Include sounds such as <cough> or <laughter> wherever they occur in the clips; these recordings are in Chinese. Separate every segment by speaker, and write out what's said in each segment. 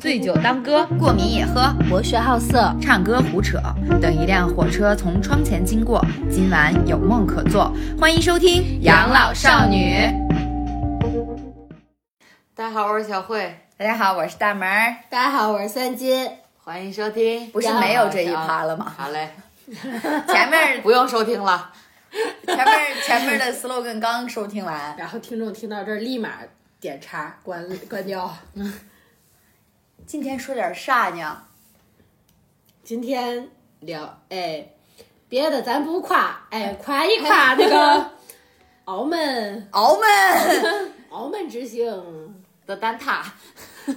Speaker 1: 醉酒当歌，
Speaker 2: 过敏也喝，
Speaker 3: 博学好色，
Speaker 2: 唱歌胡扯。等一辆火车从窗前经过，今晚有梦可做。欢迎收听《养老少女》。
Speaker 1: 大家好，我是小慧。
Speaker 2: 大家好，我是大门儿。
Speaker 3: 大家好，我是三金。
Speaker 1: 欢迎收听。
Speaker 2: 不是没有这一趴了吗？
Speaker 1: 好嘞，
Speaker 2: 前面
Speaker 1: 不用收听了。
Speaker 2: <laughs> 前面前面的 slogan 刚收听完，
Speaker 3: 然后听众听到这儿立马点叉关关掉。
Speaker 2: 今天说点啥呢？
Speaker 3: 今天聊哎，别的咱不夸，哎，夸一
Speaker 1: <laughs>
Speaker 3: 夸那个澳门
Speaker 2: 敖们，
Speaker 3: 澳门之行。
Speaker 1: 的蛋挞，
Speaker 2: <laughs>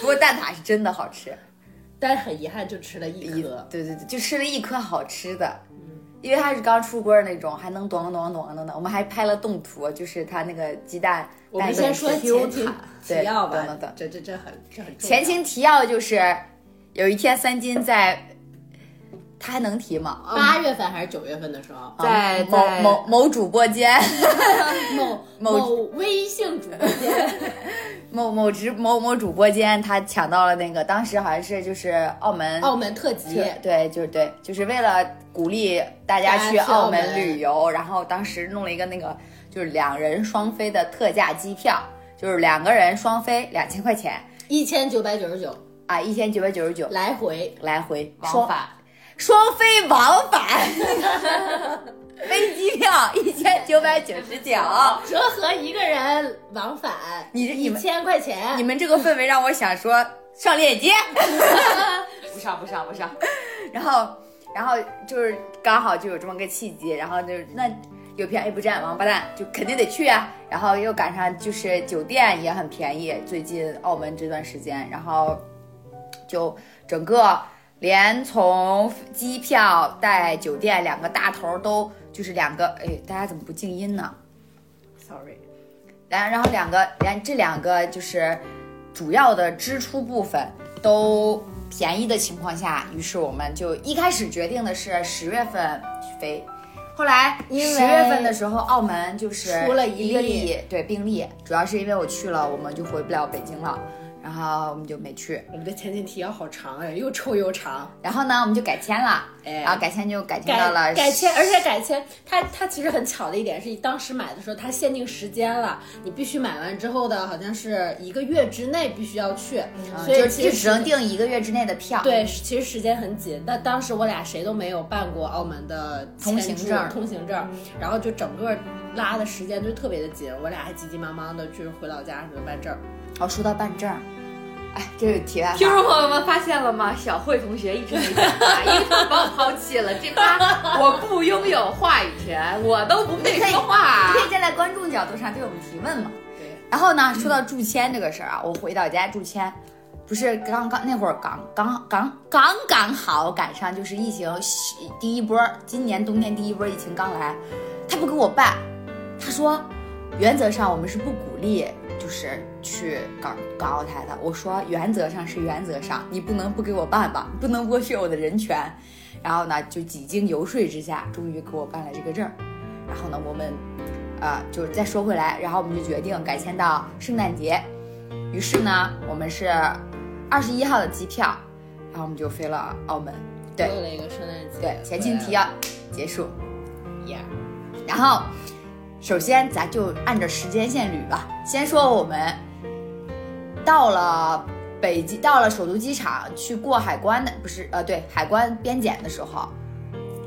Speaker 2: 不过蛋挞是真的好吃，
Speaker 3: 但很遗憾，就吃了一颗。
Speaker 2: 对对对，就吃了一颗好吃的，因为它是刚出锅的那种，还能咚咚咚咚的。我们还拍了动图，就是它那个鸡蛋。
Speaker 3: 我们
Speaker 2: 蛋
Speaker 3: 先
Speaker 2: 液
Speaker 3: 说
Speaker 2: 是
Speaker 3: 前
Speaker 2: 丢
Speaker 3: 情
Speaker 2: 塔
Speaker 3: 提
Speaker 2: 对
Speaker 3: 要
Speaker 2: 等
Speaker 3: 吧
Speaker 2: 等等，
Speaker 3: 这这这很这很重要
Speaker 2: 前情提要就是，有一天三金在，他还能提吗？
Speaker 3: 八月份还是九月份的时候，
Speaker 1: 嗯在
Speaker 2: 某
Speaker 1: 在
Speaker 2: 啊某某主播间， <laughs>
Speaker 3: <laughs> 某
Speaker 2: 某
Speaker 3: 某微信主播间，
Speaker 2: 某某直某某主播间，他抢到了那个，当时好像是就是澳门，
Speaker 3: 澳门特
Speaker 1: <laughs>
Speaker 3: 辑，
Speaker 2: 对对，就是对，就是为了鼓励大
Speaker 3: 大
Speaker 2: 家
Speaker 3: 家
Speaker 2: 去
Speaker 3: 去
Speaker 2: 澳
Speaker 3: 澳
Speaker 2: 门
Speaker 3: 门
Speaker 2: 旅游，然后当时弄了一个那个就是两人双飞的特价机票，就是两个人双飞两千块钱
Speaker 3: 一千九百九十九
Speaker 2: 啊，一千九百九十九
Speaker 3: 来回，
Speaker 2: 来回
Speaker 1: 王
Speaker 2: 双
Speaker 1: 法，
Speaker 2: 双飞往返， <laughs> 飞机票一千九百九十 <laughs> 九。
Speaker 3: 折合一个人往返，
Speaker 2: 你这你
Speaker 3: 一
Speaker 2: 们
Speaker 3: 千块钱，
Speaker 2: 你们这个氛围让我想说上链接，
Speaker 1: 不上不上不上，
Speaker 2: 然后然后就是刚好就有这么个契机，然后就是那有便宜不占王八蛋，就肯定得去啊。然后又赶上就是酒店也很便宜，最近澳门这段时间，然后就整个连从机票带酒店两个大头都就是两个，哎，大家怎么不静音呢？
Speaker 3: ，sorry，
Speaker 2: 然然后两个连这两个就是主要的支出部分都便宜的情况下，于是我们就一开始决定的是十月份飞，后来
Speaker 3: 因为
Speaker 2: 十月份的时候澳门就是
Speaker 3: 出了
Speaker 2: 一
Speaker 3: 一
Speaker 2: 个
Speaker 3: 例
Speaker 2: 例，对病例，主要是因为我去了，我们就回不了北京了，然后我们就没去，
Speaker 3: 我们的前景提要好长呀，又臭又长，
Speaker 2: 然后呢我们就改签了，
Speaker 3: 哎
Speaker 2: 然后改签就改签到了
Speaker 3: 改改签，而且改签，它它其实很巧的一点是，当时买的时候它限定时间了，你必须买完之后的好像是一个月之内必须要去，
Speaker 2: 嗯
Speaker 3: 所
Speaker 2: 就是
Speaker 3: 以其
Speaker 2: 就
Speaker 3: 实
Speaker 2: 只能订一个月之内的票，
Speaker 3: 对，是其实时间很紧，但当时我俩谁都没有办过澳门的
Speaker 2: 通
Speaker 3: 签
Speaker 2: 行
Speaker 3: 注
Speaker 2: 证嗯
Speaker 3: 通行证，然后就整个拉的时间就特别的紧，我俩还急急忙忙的就是回老家就办证儿。
Speaker 2: 哦，说到办证儿，哎，这是题外话。
Speaker 1: 听众朋友们发现了吗？小慧同学一直没讲话，因为她把我抛弃了。这趴我不拥有话语权，我都不配说
Speaker 4: 啊
Speaker 1: 话
Speaker 2: 可。以站在观众角度上对我们提问嘛。
Speaker 3: 对，
Speaker 2: 然后呢，说到注签这个事儿啊，我回到家注签，不是刚刚那会儿刚刚刚刚刚好赶上就是疫情第一波，今年冬天第一波疫情刚来，他不给我办，他说原则上我们是不鼓励。就是去港港澳台的，我说原则上是原则上，你不能不给我办吧，不能剥削我的人权。然后呢，就几经游说之下，终于给我办了这个证儿。然后呢，我们呃，就是再说回来，然后我们就决定改签到圣诞节。于是呢，我们是二十一号的机票，然后我们就飞了澳门。对
Speaker 3: 过了一个圣诞节。
Speaker 2: 对，前情提要结束。
Speaker 3: 一样。
Speaker 2: 然后，首先咱就按照时间线捋吧。先说我们到了北京，到了首都机场去过海关的，不是呃，对，海关边检的时候，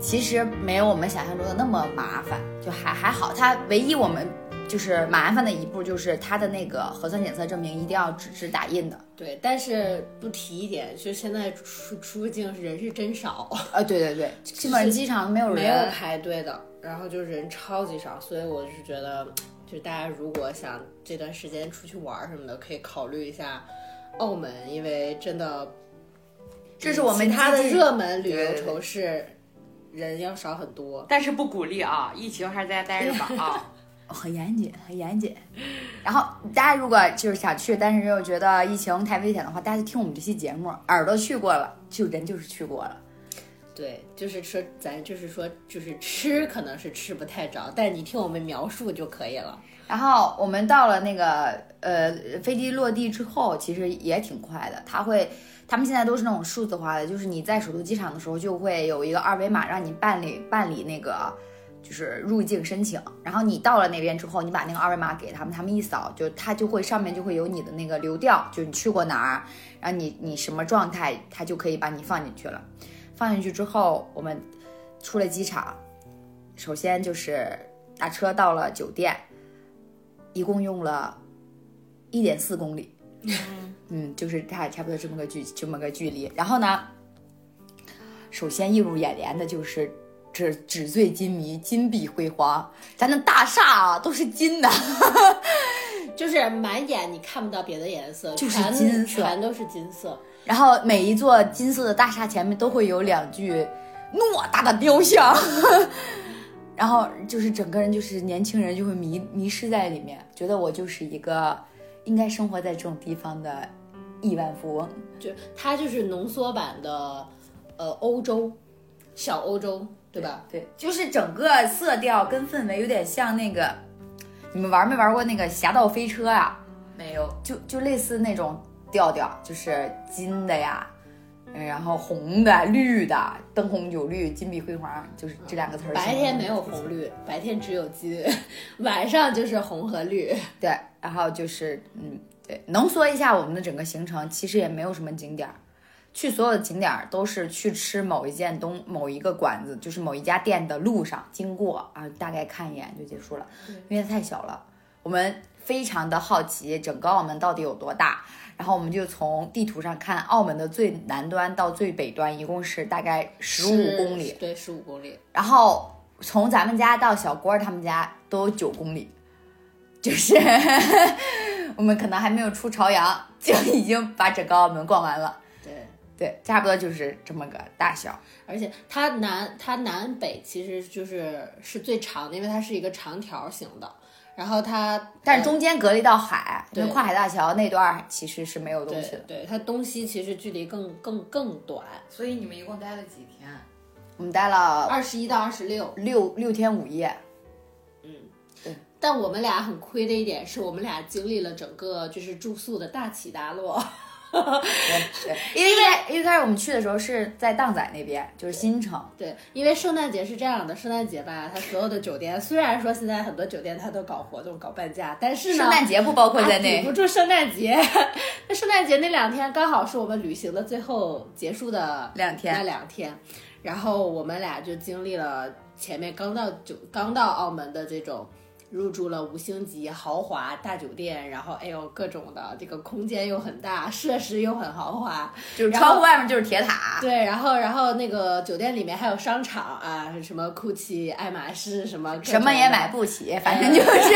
Speaker 2: 其实没有我们想象中的那么麻烦，就还还好。它唯一我们就是麻烦的一步，就是它的那个核酸检测证明一定要纸质打印的。
Speaker 3: 对，但是不提一点，就现在出出入境人是
Speaker 2: <laughs>
Speaker 3: 真少，
Speaker 2: 呃，对对对，基本上机场没有人，
Speaker 3: 没有排队的，然后就人超级少，所以我是觉得，就大家如果想这段时间出去玩儿什么的，可以考虑一下澳门，因为真的
Speaker 2: 这是我们
Speaker 3: 其他的
Speaker 2: 基地
Speaker 3: 热门
Speaker 1: 对
Speaker 3: 旅游
Speaker 1: 对对
Speaker 3: 城市人要少很多。
Speaker 1: 但是不鼓励啊，疫情还是在待着吧啊。
Speaker 2: 哦很严谨，很严谨。然后大家如果就是想去，但是又觉得疫情太危险的话，大家就听我们这期节目，耳朵去过了，就人就是去过了。
Speaker 3: 对，就是说咱就是说就是吃可能是吃不太着，但你听我们描述就可以了。
Speaker 2: 然后我们到了那个呃飞机落地之后，其实也挺快的。它会，他们现在都是那种数字化的，就是你在首都机场的时候就会有一个二维码让你办理办理那个就是入境申请。然后你到了那边之后，你把那个二维码给他们，他们一扫，就它就会上面就会有你的那个流调，就是你去过哪儿，然后你你什么状态，它就可以把你放进去了。放进去之后，我们出了机场，首先就是打车到了酒店。一共用了一点四公里，嗯，就是差差不多这么个距这么个距离。然后呢，首先映入眼帘的就是纸纸醉金迷、金碧辉煌，咱那大厦啊都是金的， <laughs>
Speaker 3: 就是满眼你看不到别的颜色，
Speaker 2: 就是
Speaker 3: 全
Speaker 2: 金色
Speaker 3: 全都是金色。
Speaker 2: 然后每一座金色的大厦前面都会有两具偌大的雕像， <laughs> 然后就是整个人就是年轻人就会迷迷失在里面，觉得我就是一个应该生活在这种地方的亿万富翁。
Speaker 3: 就它就是浓缩版的，呃，欧洲，小欧洲，对吧？
Speaker 2: 对，就是整个色调跟氛围有点像那个，你们玩没玩过那个《侠盗飞车》啊？
Speaker 1: <laughs> 没有，
Speaker 2: 就就类似那种调调，就是金的呀，嗯然后红的、绿的，灯红酒绿、金碧辉煌，就是这两个词儿。
Speaker 3: 白天没有红绿，白天只有金， <laughs> 晚上就是红和绿。
Speaker 2: 对，然后就是嗯，对，浓缩一下我们的整个行程，其实也没有什么景点儿。去所有的景点儿都是去吃某一件东某一个馆子，就是某一家店的路上经过啊，大概看一眼就结束了，因为它太小了。我们非常的好奇整个澳门到底有多大，然后我们就从地图上看澳门的最南端到最北端，一共是大概十五公里
Speaker 3: 是，对，十五公里。
Speaker 2: 然后从咱们家到小郭儿他们家都有九公里， <laughs> 就是我们可能还没有出朝阳，就已经把整个澳门逛完了。
Speaker 3: 对，
Speaker 2: 对，差不多就是这么个大小。
Speaker 3: 而且它南它南北其实就是是最长的，因为它是一个长条形的。然后它，
Speaker 2: 但是中间隔了一道海，因为
Speaker 3: 对
Speaker 2: 跨海大桥那段儿其实是没有东西
Speaker 3: 呃对
Speaker 2: 的。
Speaker 3: 对，它东西其实距离更更更短，
Speaker 1: 所以你们一共待了几天？
Speaker 2: 我们待了
Speaker 3: 二十一到二十六。
Speaker 2: 六六天五夜，
Speaker 3: 但我们俩很亏的一点是我们俩经历了整个就是住宿的大起大落。 <laughs>
Speaker 2: 对，因为因为一开始我们去的时候是在荡仔那边，就是新城，
Speaker 3: 对，因为圣诞节是这样的，圣诞节吧，它所有的酒店虽然说现在很多酒店它都搞活动、搞半价，但是呢，
Speaker 2: 圣诞节不包括
Speaker 3: 它
Speaker 2: 在
Speaker 3: 抵
Speaker 2: 内
Speaker 3: 不。住圣诞节。 <laughs> 那圣诞节那两天刚好是我们旅行的最后结束的
Speaker 2: 两天
Speaker 3: 那两天，然后我们俩就经历了前面刚到酒刚到澳门的这种。入住了五星级豪华大酒店，然后哎呦各种的，这个空间又很大，设施又很豪华，
Speaker 2: 就是
Speaker 3: 然后
Speaker 2: 窗户外面就是铁塔，
Speaker 3: 对，然后然后那个酒店里面还有商场啊，什么 GUCCI、爱马仕什么各
Speaker 2: 什么
Speaker 3: 种
Speaker 2: 也
Speaker 3: 的
Speaker 2: 买，不起，反正就是。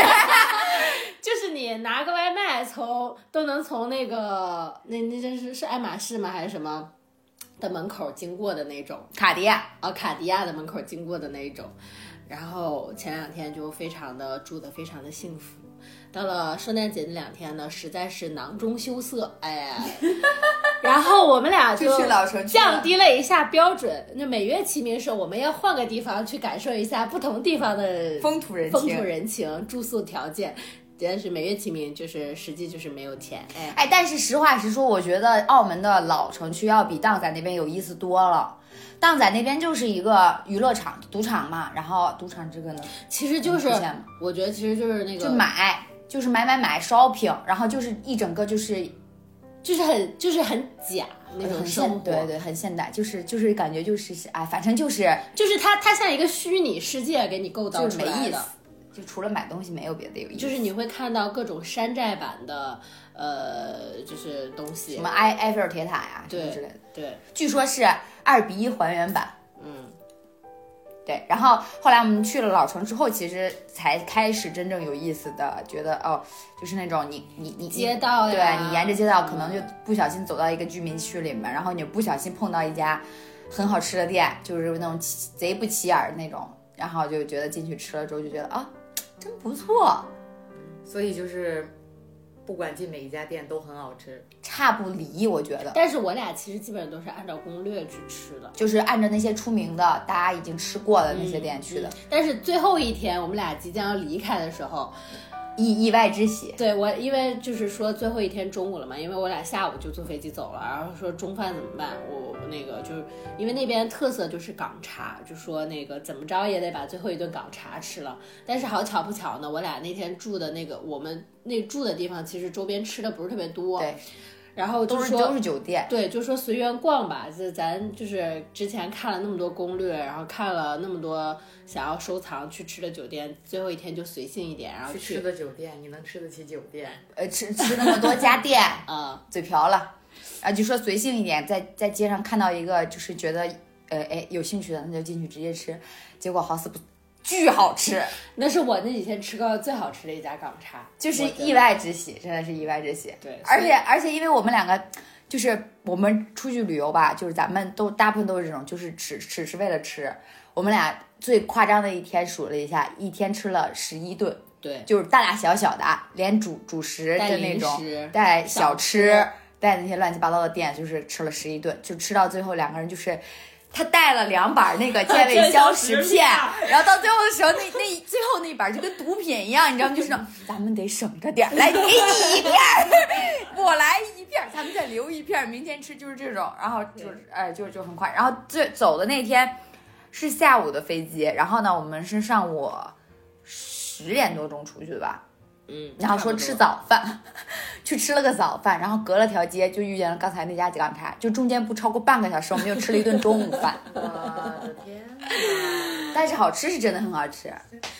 Speaker 3: 就是你拿个外卖从都能从那个那那这是是爱马仕吗还是什么的门口经过的那种
Speaker 2: <laughs> 卡地亚，
Speaker 3: 啊卡地亚的门口经过的那一种。然后前两天就非常的住的非常的幸福。到了圣诞节那两天呢，实在是囊中羞涩，哎，然后我们俩就
Speaker 2: 就去老城区了
Speaker 3: 降低了一下标准。那每月齐名是我们要换个地方去感受一下不同地方的
Speaker 2: 风土人
Speaker 3: 风土
Speaker 2: 情。
Speaker 3: 人情、住宿条件。但是每月齐名就是实际就是没有钱，哎，
Speaker 2: 哎，但是实话实说，我觉得澳门的老城区要比荡仔那边有意思多了。荡仔那边就是一个娱乐场、赌场嘛，然后赌场这个呢，
Speaker 3: 其实就是
Speaker 2: 出现吗
Speaker 3: 我觉得其实就是那个
Speaker 2: 就买，就是买买买 shopping，然后就是一整个就是
Speaker 3: 就是很就是很假那种
Speaker 2: 很
Speaker 3: 生活
Speaker 2: 现，对对，很现代，就是就是感觉就是哎，反正就是
Speaker 3: 就是它它像一个虚拟世界给你构造
Speaker 2: 就是
Speaker 3: 出
Speaker 2: 没
Speaker 3: 来
Speaker 2: 意
Speaker 3: 的
Speaker 2: 思。，就除了买东西没有别的有意思。
Speaker 3: 就是你会看到各种山寨版的，呃，就是东西
Speaker 2: 什么，埃埃菲尔铁塔呀，什么
Speaker 3: 对
Speaker 2: 之类的，
Speaker 3: 对，
Speaker 2: 据说是二比一还原版。
Speaker 3: 嗯，
Speaker 2: 对，然后后来我们去了老城之后，其实才开始真正有意思的，觉得哦，就是那种你你你
Speaker 3: 街道呀，嗯
Speaker 2: 对你沿着街道，可能就不小心走到一个居民区里面，然后你不小心碰到一家很好吃的店，就是那种起贼不起眼儿那种，然后就觉得进去吃了之后就觉得啊，真不错，
Speaker 1: 所以就是，不管进哪一家店都很好吃。
Speaker 2: 差不离，我觉得。
Speaker 3: 但是我俩其实基本上都是按照攻略去吃的。
Speaker 2: 就是按照那些出名的，大家已经吃过的
Speaker 3: 嗯
Speaker 2: 那些店去的，
Speaker 3: 但是最后一天，我们俩即将要离开的时候，
Speaker 2: 意意外之喜。
Speaker 3: 对我，因为就是说最后一天中午了嘛，因为我俩下午就坐飞机走了，然后说中饭怎么办？我我那个就是因为那边特色就是港茶，就说那个怎么着也得把最后一顿港茶吃了。但是好巧不巧呢，我俩那天住的那个我们那住的地方，其实周边吃的不是特别多，
Speaker 2: 对，
Speaker 3: 然后就
Speaker 2: 都是
Speaker 3: 说
Speaker 2: 都是酒店，
Speaker 3: 对，就说随缘逛吧。这咱就是之前看了那么多攻略，然后看了那么多想要收藏去吃的酒店，最后一天就随性一点，然后
Speaker 1: 去吃的酒店，你能吃得起酒店？
Speaker 2: 呃，吃吃那么多家店，
Speaker 3: 啊、
Speaker 2: 嘴瓢了，啊，就说随性一点，在在街上看到一个就是觉得呃哎有兴趣的，那就进去直接吃，结果好死不巨好吃，
Speaker 3: 那是我那几天吃到最好吃的一家港茶，
Speaker 2: 就是
Speaker 3: 我觉得
Speaker 2: 意。外之喜，真的是意外之喜。
Speaker 3: 对，
Speaker 2: 而
Speaker 3: 所以
Speaker 2: 且而且因为我们两个就是我们出去旅游吧，就是咱们都大部分都是这种，就是只只是为了吃。我们俩最夸张的一天数了一下，一天吃了十一顿，
Speaker 3: 对
Speaker 2: 就是大大小小的啊，连主主食
Speaker 3: 带
Speaker 2: 就那
Speaker 3: 零
Speaker 2: 种
Speaker 3: 食，
Speaker 2: 带
Speaker 3: 小
Speaker 2: 小吃，带那些乱七八糟的店，就是吃了十一顿，就吃到最后两个人就是。他带了两板那个健胃消 <laughs> 食
Speaker 3: 健胃消食片
Speaker 2: 片，然后到最后的时候，那那最后那板就跟毒品一样，你知道吗？就是那种 <laughs> 咱们得省着点儿，来给你一片儿， <laughs> 我来一片儿，咱们再留一片儿，明天吃，就是这种。然后就是哎，就就很快。然后最走的那天是下午的飞机，然后呢，我们是上午十点多钟出去的吧，
Speaker 3: 嗯，
Speaker 2: 然后说
Speaker 3: 差
Speaker 2: 吃
Speaker 3: 不多
Speaker 2: 早饭， <laughs> 去吃了个早饭，然后隔了条街就遇见了刚才那家港茶，就中间不超过半个小时，我们又吃了一顿中午饭，
Speaker 1: 我的天哪！
Speaker 2: 但是好吃是真的很好吃，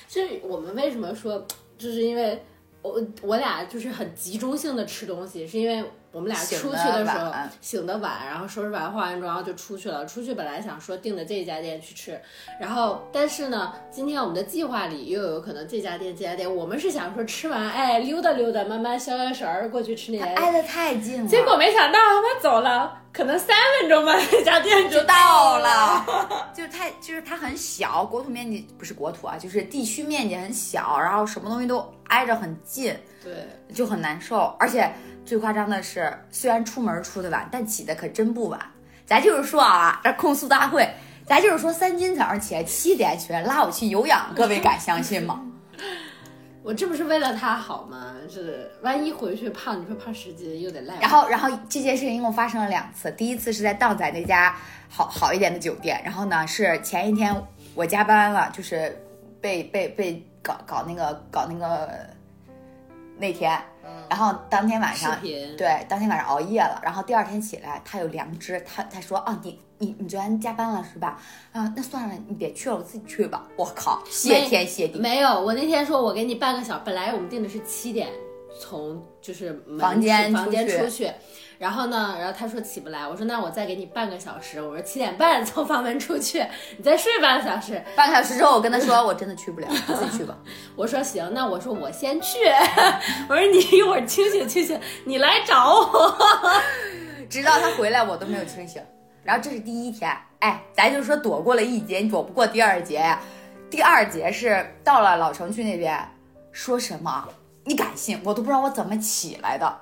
Speaker 3: 就是我们为什么说，就是因为我我俩就是很集中性的吃东西，是因为我们俩
Speaker 2: 醒
Speaker 3: 出
Speaker 2: 得
Speaker 3: 去的时候
Speaker 2: 晚啊
Speaker 3: 醒得晚，然后收拾完化完妆就出去了。出去本来想说订的这家店去吃，然后但是呢，今天我们的计划里又有可能这家店这家店，我们是想说吃完哎溜达溜达，慢慢消消食儿过去吃那家
Speaker 2: 挨
Speaker 3: 店。
Speaker 2: 得太近了，
Speaker 3: 结果没想到他妈走了，可能三分钟吧， <laughs> 那家店就
Speaker 2: 就到。了， <laughs> 就是太就是它很小，国土面积不是国土啊，就是地区面积很小，然后什么东西都挨着很近，
Speaker 3: 对。
Speaker 2: 就很难受。而且最夸张的是，虽然出门出的晚，但起的可真不晚。咱就是说啊，这控诉大会，咱就是说三金早上起来七点起来拉我去有氧，各位敢相信吗？
Speaker 3: 我这不是为了他好吗？是万一回去胖，你说胖十斤又得赖我。
Speaker 2: 然后，然后这件事情一共发生了两次。第一次是在荡仔那家好好一点的酒店，然后呢是前一天我加班了，就是被被被搞搞那个搞那个那天，然后当天晚
Speaker 3: 视
Speaker 2: 上
Speaker 3: 频，
Speaker 2: 对，当天晚上熬夜了，然后第二天起来，他有良知，他他说啊，你你你昨天加班了是吧？啊，那算了，你别去了，我自己去吧。我靠，谢
Speaker 3: 没
Speaker 2: 天谢地，
Speaker 3: 没有，我那天说我给你半个小，本来我们定的是七点从就是门
Speaker 2: 房间
Speaker 3: 出房间
Speaker 2: 出去
Speaker 3: 去。然后呢？然后他说起不来，我说那我再给你半个小时。我说七点半从房门出去，你再睡半个小时。
Speaker 2: 半个小时之后，我跟他说我真的去不了，你自己去吧。
Speaker 3: 我说行，那我说我先去。 <laughs> 我说你一会儿清醒清醒，你来找我。
Speaker 2: 直到他回来，我都没有清醒。然后这是第一天，哎，咱就说躲过了一劫，你躲不过第二劫呀。第二劫是到了老城区那边，说什么啊？你敢信？我都不知道我怎么起来的。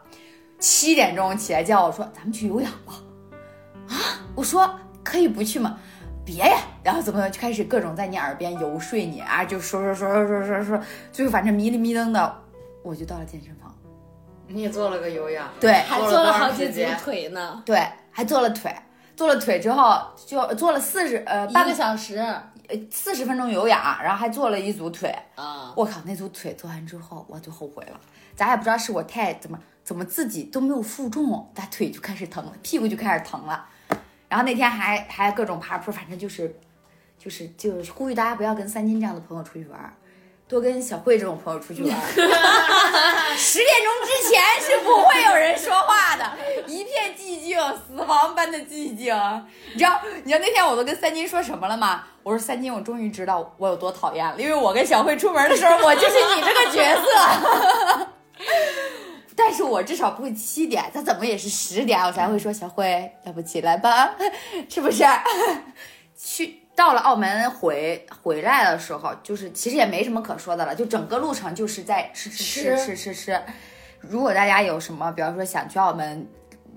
Speaker 2: 七点钟起来叫我说，咱们去有氧吧。啊，我说可以不去吗？别呀，然后怎么怎么就开始各种在你耳边游说你啊，就说说说说说说说，最后反正迷里迷瞪的，我就到了健身房。
Speaker 1: 你也做了个有氧，
Speaker 2: 对，
Speaker 3: 还
Speaker 1: 做了
Speaker 3: 做了
Speaker 1: 多长
Speaker 3: 好几
Speaker 1: 时
Speaker 3: 组
Speaker 1: 间
Speaker 3: 腿呢，
Speaker 2: 对，还做了腿，做了腿之后就做了四十呃
Speaker 3: 一
Speaker 2: 半
Speaker 3: 个小时
Speaker 2: 四十分钟有氧，然后还做了一组腿。
Speaker 3: 啊，
Speaker 2: 我靠，那组腿做完之后我就后悔了，咱也不知道是我太怎么怎么自己都没有负重，咱腿就开始疼了，屁股就开始疼了。然后那天还还各种爬坡，反正就是就是就是呼吁大家不要跟三金这样的朋友出去玩儿。多跟小慧这种朋友出去玩儿，十点钟之前是不会有人说话的，一片寂静，死亡般的寂静。你知道，你知道那天我都跟三金说什么了吗？我说三金，我终于知道我有多讨厌了，因为我跟小慧出门的时候，我就是你这个角色。 <laughs> 但是我至少不会七点，他怎么也是十点，我才会说小慧，要不起来吧，是不是？去到了澳门回回来的时候，就是其实也没什么可说的了，就整个路程就是在吃吃吃吃吃吃。如果大家有什么，比方说想去澳门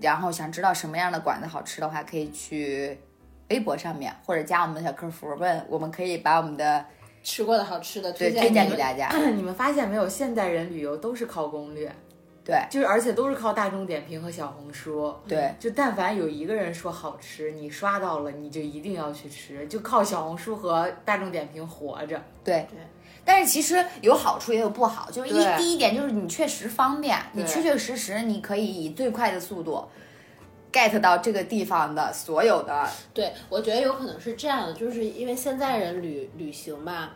Speaker 2: 然后想知道什么样的馆子好吃的话，可以去微博上面或者加我们的小客服问，我们可以把我们的
Speaker 3: 吃过的好吃的
Speaker 2: 对
Speaker 3: 推荐
Speaker 2: 推荐
Speaker 3: 你
Speaker 2: 给大家。
Speaker 1: <clears throat> 你们发现没有？现代人旅游都是靠攻略，
Speaker 2: 对
Speaker 1: 就是而且都是靠大众点评和小红书。
Speaker 2: 对，
Speaker 1: 就但凡有一个人说好吃，你刷到了，你就一定要去吃，就靠小红书和大众点评活着。
Speaker 2: 对
Speaker 3: 对
Speaker 2: 但是其实有好处也有不好，就是一
Speaker 1: 对
Speaker 2: 第一点就是你确实方便，你
Speaker 1: 对
Speaker 2: 确确实实你可以以最快的速度 get 到这个地方的所有的，
Speaker 3: 对，我觉得有可能是这样的，就是因为现在人旅旅行吧，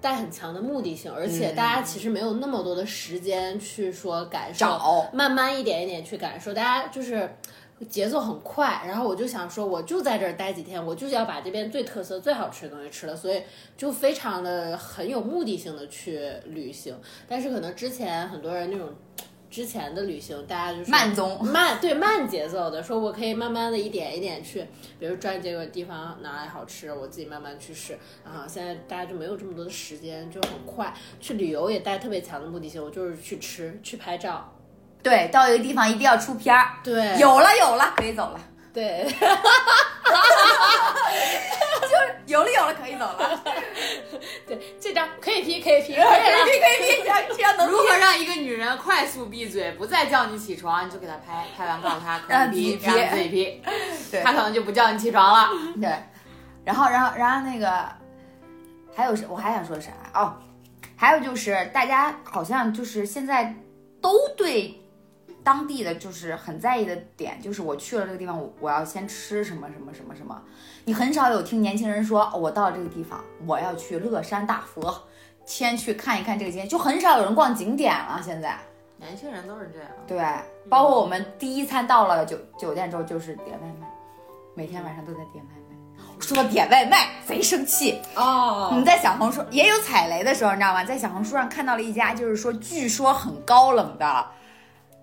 Speaker 3: 带很强的目的性，而且大家其实没有那么多的时间去说感受，
Speaker 2: 找
Speaker 3: 慢慢一点一点去感受，大家就是。节奏很快，然后我就想说，我就在这儿待几天，我就要把这边最特色、最好吃的东西吃了，所以就非常的很有目的性的去旅行。但是可能之前很多人那种之前的旅行，大家就是
Speaker 2: 慢综
Speaker 3: <laughs> 慢对慢节奏的，说我可以慢慢的一点一点去，比如转这个地方哪里好吃，我自己慢慢去试啊。现在大家就没有这么多的时间，就很快去旅游也带特别强的目的性，我就是去吃去拍照，
Speaker 2: 对，到一个地方一定要出片儿，
Speaker 3: 对，
Speaker 2: 有了有了，可以走了，
Speaker 3: 对， <laughs>
Speaker 2: 有了有了，可以走了，
Speaker 3: 对，这张可以 P 可以
Speaker 2: 可
Speaker 3: P 可以
Speaker 2: 以
Speaker 3: 了，
Speaker 2: 拼可以拼，只要只要能
Speaker 1: 如
Speaker 2: 拼
Speaker 1: 何让一个女人快速闭嘴，不再叫你起床，你就给她拍，拍完告诉她可
Speaker 2: 让
Speaker 1: 以劈，
Speaker 2: 自己劈
Speaker 1: 让自 <laughs> 己劈，
Speaker 2: 对
Speaker 1: 她可能就不叫你起床了。
Speaker 2: 对，然后然后然后那个还有是我还想说啥哦，还有就是大家好像就是现在都对当地的就是很在意的点，就是我去了这个地方，我我要先吃什么什么什么什么。你很少有听年轻人说，哦我到了这个地方，我要去乐山大佛，先去看一看这个景点，就很少有人逛景点了。现在
Speaker 1: <laughs> 年轻人都是这样，
Speaker 2: 对，
Speaker 3: 嗯
Speaker 2: 包括我们第一餐到了酒酒店之后，就是点外卖，每天晚上都在点外卖。说到点外卖，贼生气。
Speaker 3: 哦，
Speaker 2: 你在小红书也有踩雷的时候，你知道吗？在小红书上看到了一家，就是说据说很高冷的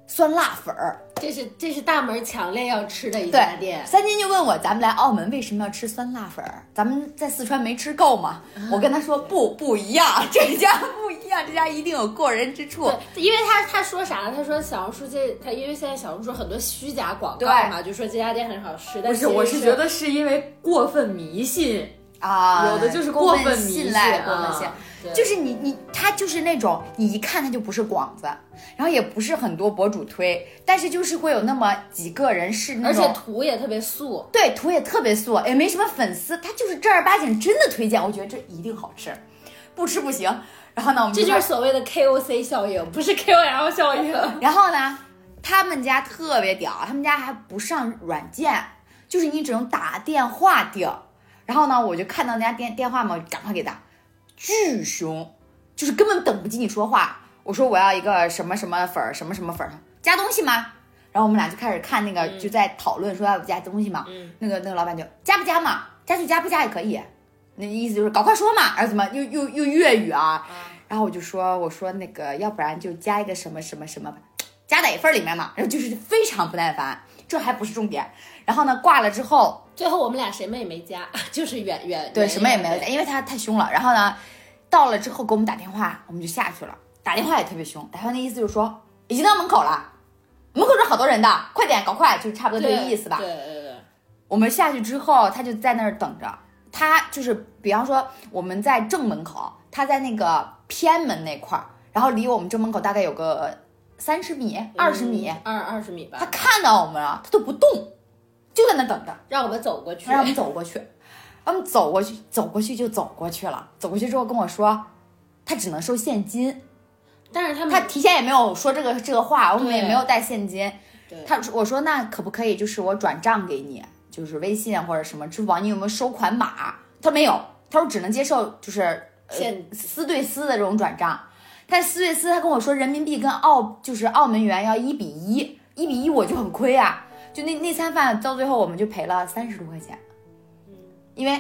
Speaker 2: 酸辣粉儿。
Speaker 3: 这是这是大门强烈要吃的一
Speaker 2: 对
Speaker 3: 家店，
Speaker 2: 三金就问我，咱们来澳门为什么要吃酸辣粉儿？咱们在四川没吃够吗？
Speaker 3: 嗯
Speaker 2: 我跟他说不不一样，这家不一样，这家一定有过人之处。
Speaker 3: 对，因为他他说啥呢？他说小红书这他，因为现在小红书很多虚假广告
Speaker 2: 对
Speaker 3: 嘛，就说这家店很好吃，但
Speaker 1: 不是，
Speaker 3: 其实
Speaker 1: 我是觉得是因为过分迷信，
Speaker 2: 啊，
Speaker 1: 有的就是过
Speaker 2: 过
Speaker 1: 分迷
Speaker 2: 信
Speaker 1: 信
Speaker 2: 赖，
Speaker 1: 啊
Speaker 2: 过分信赖。
Speaker 3: 嗯对
Speaker 2: 就是你你他就是那种你一看他就不是广子，然后也不是很多博主推，但是就是会有那么几个人是那
Speaker 3: 而且
Speaker 2: 种
Speaker 3: 图也特别素，
Speaker 2: 对图也特别素，也没什么粉丝，他就是正儿八经真的推荐，我觉得这一定好吃，不吃不行。然后呢，我们
Speaker 3: 这就
Speaker 2: 说
Speaker 3: 是所谓的 KOC 效应，不是 KOL 效应。
Speaker 2: 然后呢，他们家特别屌，他们家还不上软件，就是你只能打电话订。然后呢，我就看到那家电电话嘛，我就赶快给打，巨凶，就是根本等不及你说话。我说我要一个什么什么粉儿，什么什么粉儿，加东西吗？然后我们俩就开始看那个，就在讨论说要不加东西嘛。
Speaker 3: 嗯
Speaker 2: 那个那个老板就加不加嘛，加就加，不加也可以。那意思就是搞快说嘛，然后怎么又又又粤语啊？然后我就说我说那个，要不然就加一个什么什么什么吧，加在一份儿里面嘛。然后就是非常不耐烦，这还不是重点。然后呢，挂了之后，
Speaker 3: <laughs> 最后我们俩什么也没加， <laughs> 就是远远
Speaker 2: 对，
Speaker 3: 远
Speaker 2: 什么也没有，因为他太凶了。然后呢，到了之后给我们打电话，我们就下去了。打电话也特别凶，打电话那意思就是说已经到门口了，门口这好多人的，快点，搞快，就差不多这
Speaker 3: 对
Speaker 2: 个意思吧。
Speaker 3: 对对对，
Speaker 2: 我们下去之后，他就在那儿等着。他就是，比方说我们在正门口，他在那个偏门那块儿，然后离我们正门口大概有个三十米、二十米。
Speaker 3: 嗯二二十米
Speaker 2: 他
Speaker 3: 吧，
Speaker 2: 看到我们了，他都不动，就在那等着。
Speaker 3: 让我们走过去
Speaker 2: 他。让我们走过去，我们走过去，走过去就走过去了。走过去之后跟我说，他只能收现金，
Speaker 3: 但是他们
Speaker 2: 他提前也没有说这个这个话，我们
Speaker 3: 对
Speaker 2: 也没有带现金
Speaker 3: 对。
Speaker 2: 他我说那可不可以就是我转账给你，就是微信啊或者什么支付宝，你有没有收款码？他说没有，他说只能接受就是呃
Speaker 3: 现
Speaker 2: 私对私的这种转账。但是私对私，他跟我说人民币跟澳就是澳门元要一比一，一比一我就很亏啊。就那那餐饭到最后我们就赔了三十多块钱，因为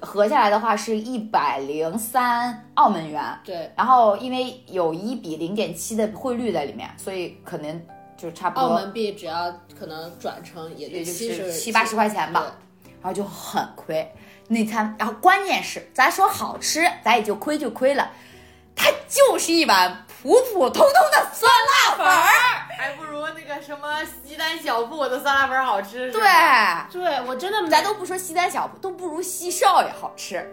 Speaker 2: 合下来的话是一百零三澳门元，
Speaker 3: 对
Speaker 2: 然后因为有一比零点七的汇率在里面，所以可能就差不
Speaker 3: 澳
Speaker 2: 多，
Speaker 3: 门币只要可能转成也
Speaker 2: 也就
Speaker 3: 七
Speaker 2: 是
Speaker 3: 十
Speaker 2: 七八十块钱吧，然后就很亏那餐。然后关键是，咱说好吃，咱也就亏就亏了，它就是一碗普普通通的酸辣粉儿，
Speaker 4: 还不如那个什么西单小铺的酸辣粉好吃。是
Speaker 2: 对，
Speaker 4: 吧，
Speaker 3: 对我真的
Speaker 2: 咱都不说西单小，都不如西少爷好吃。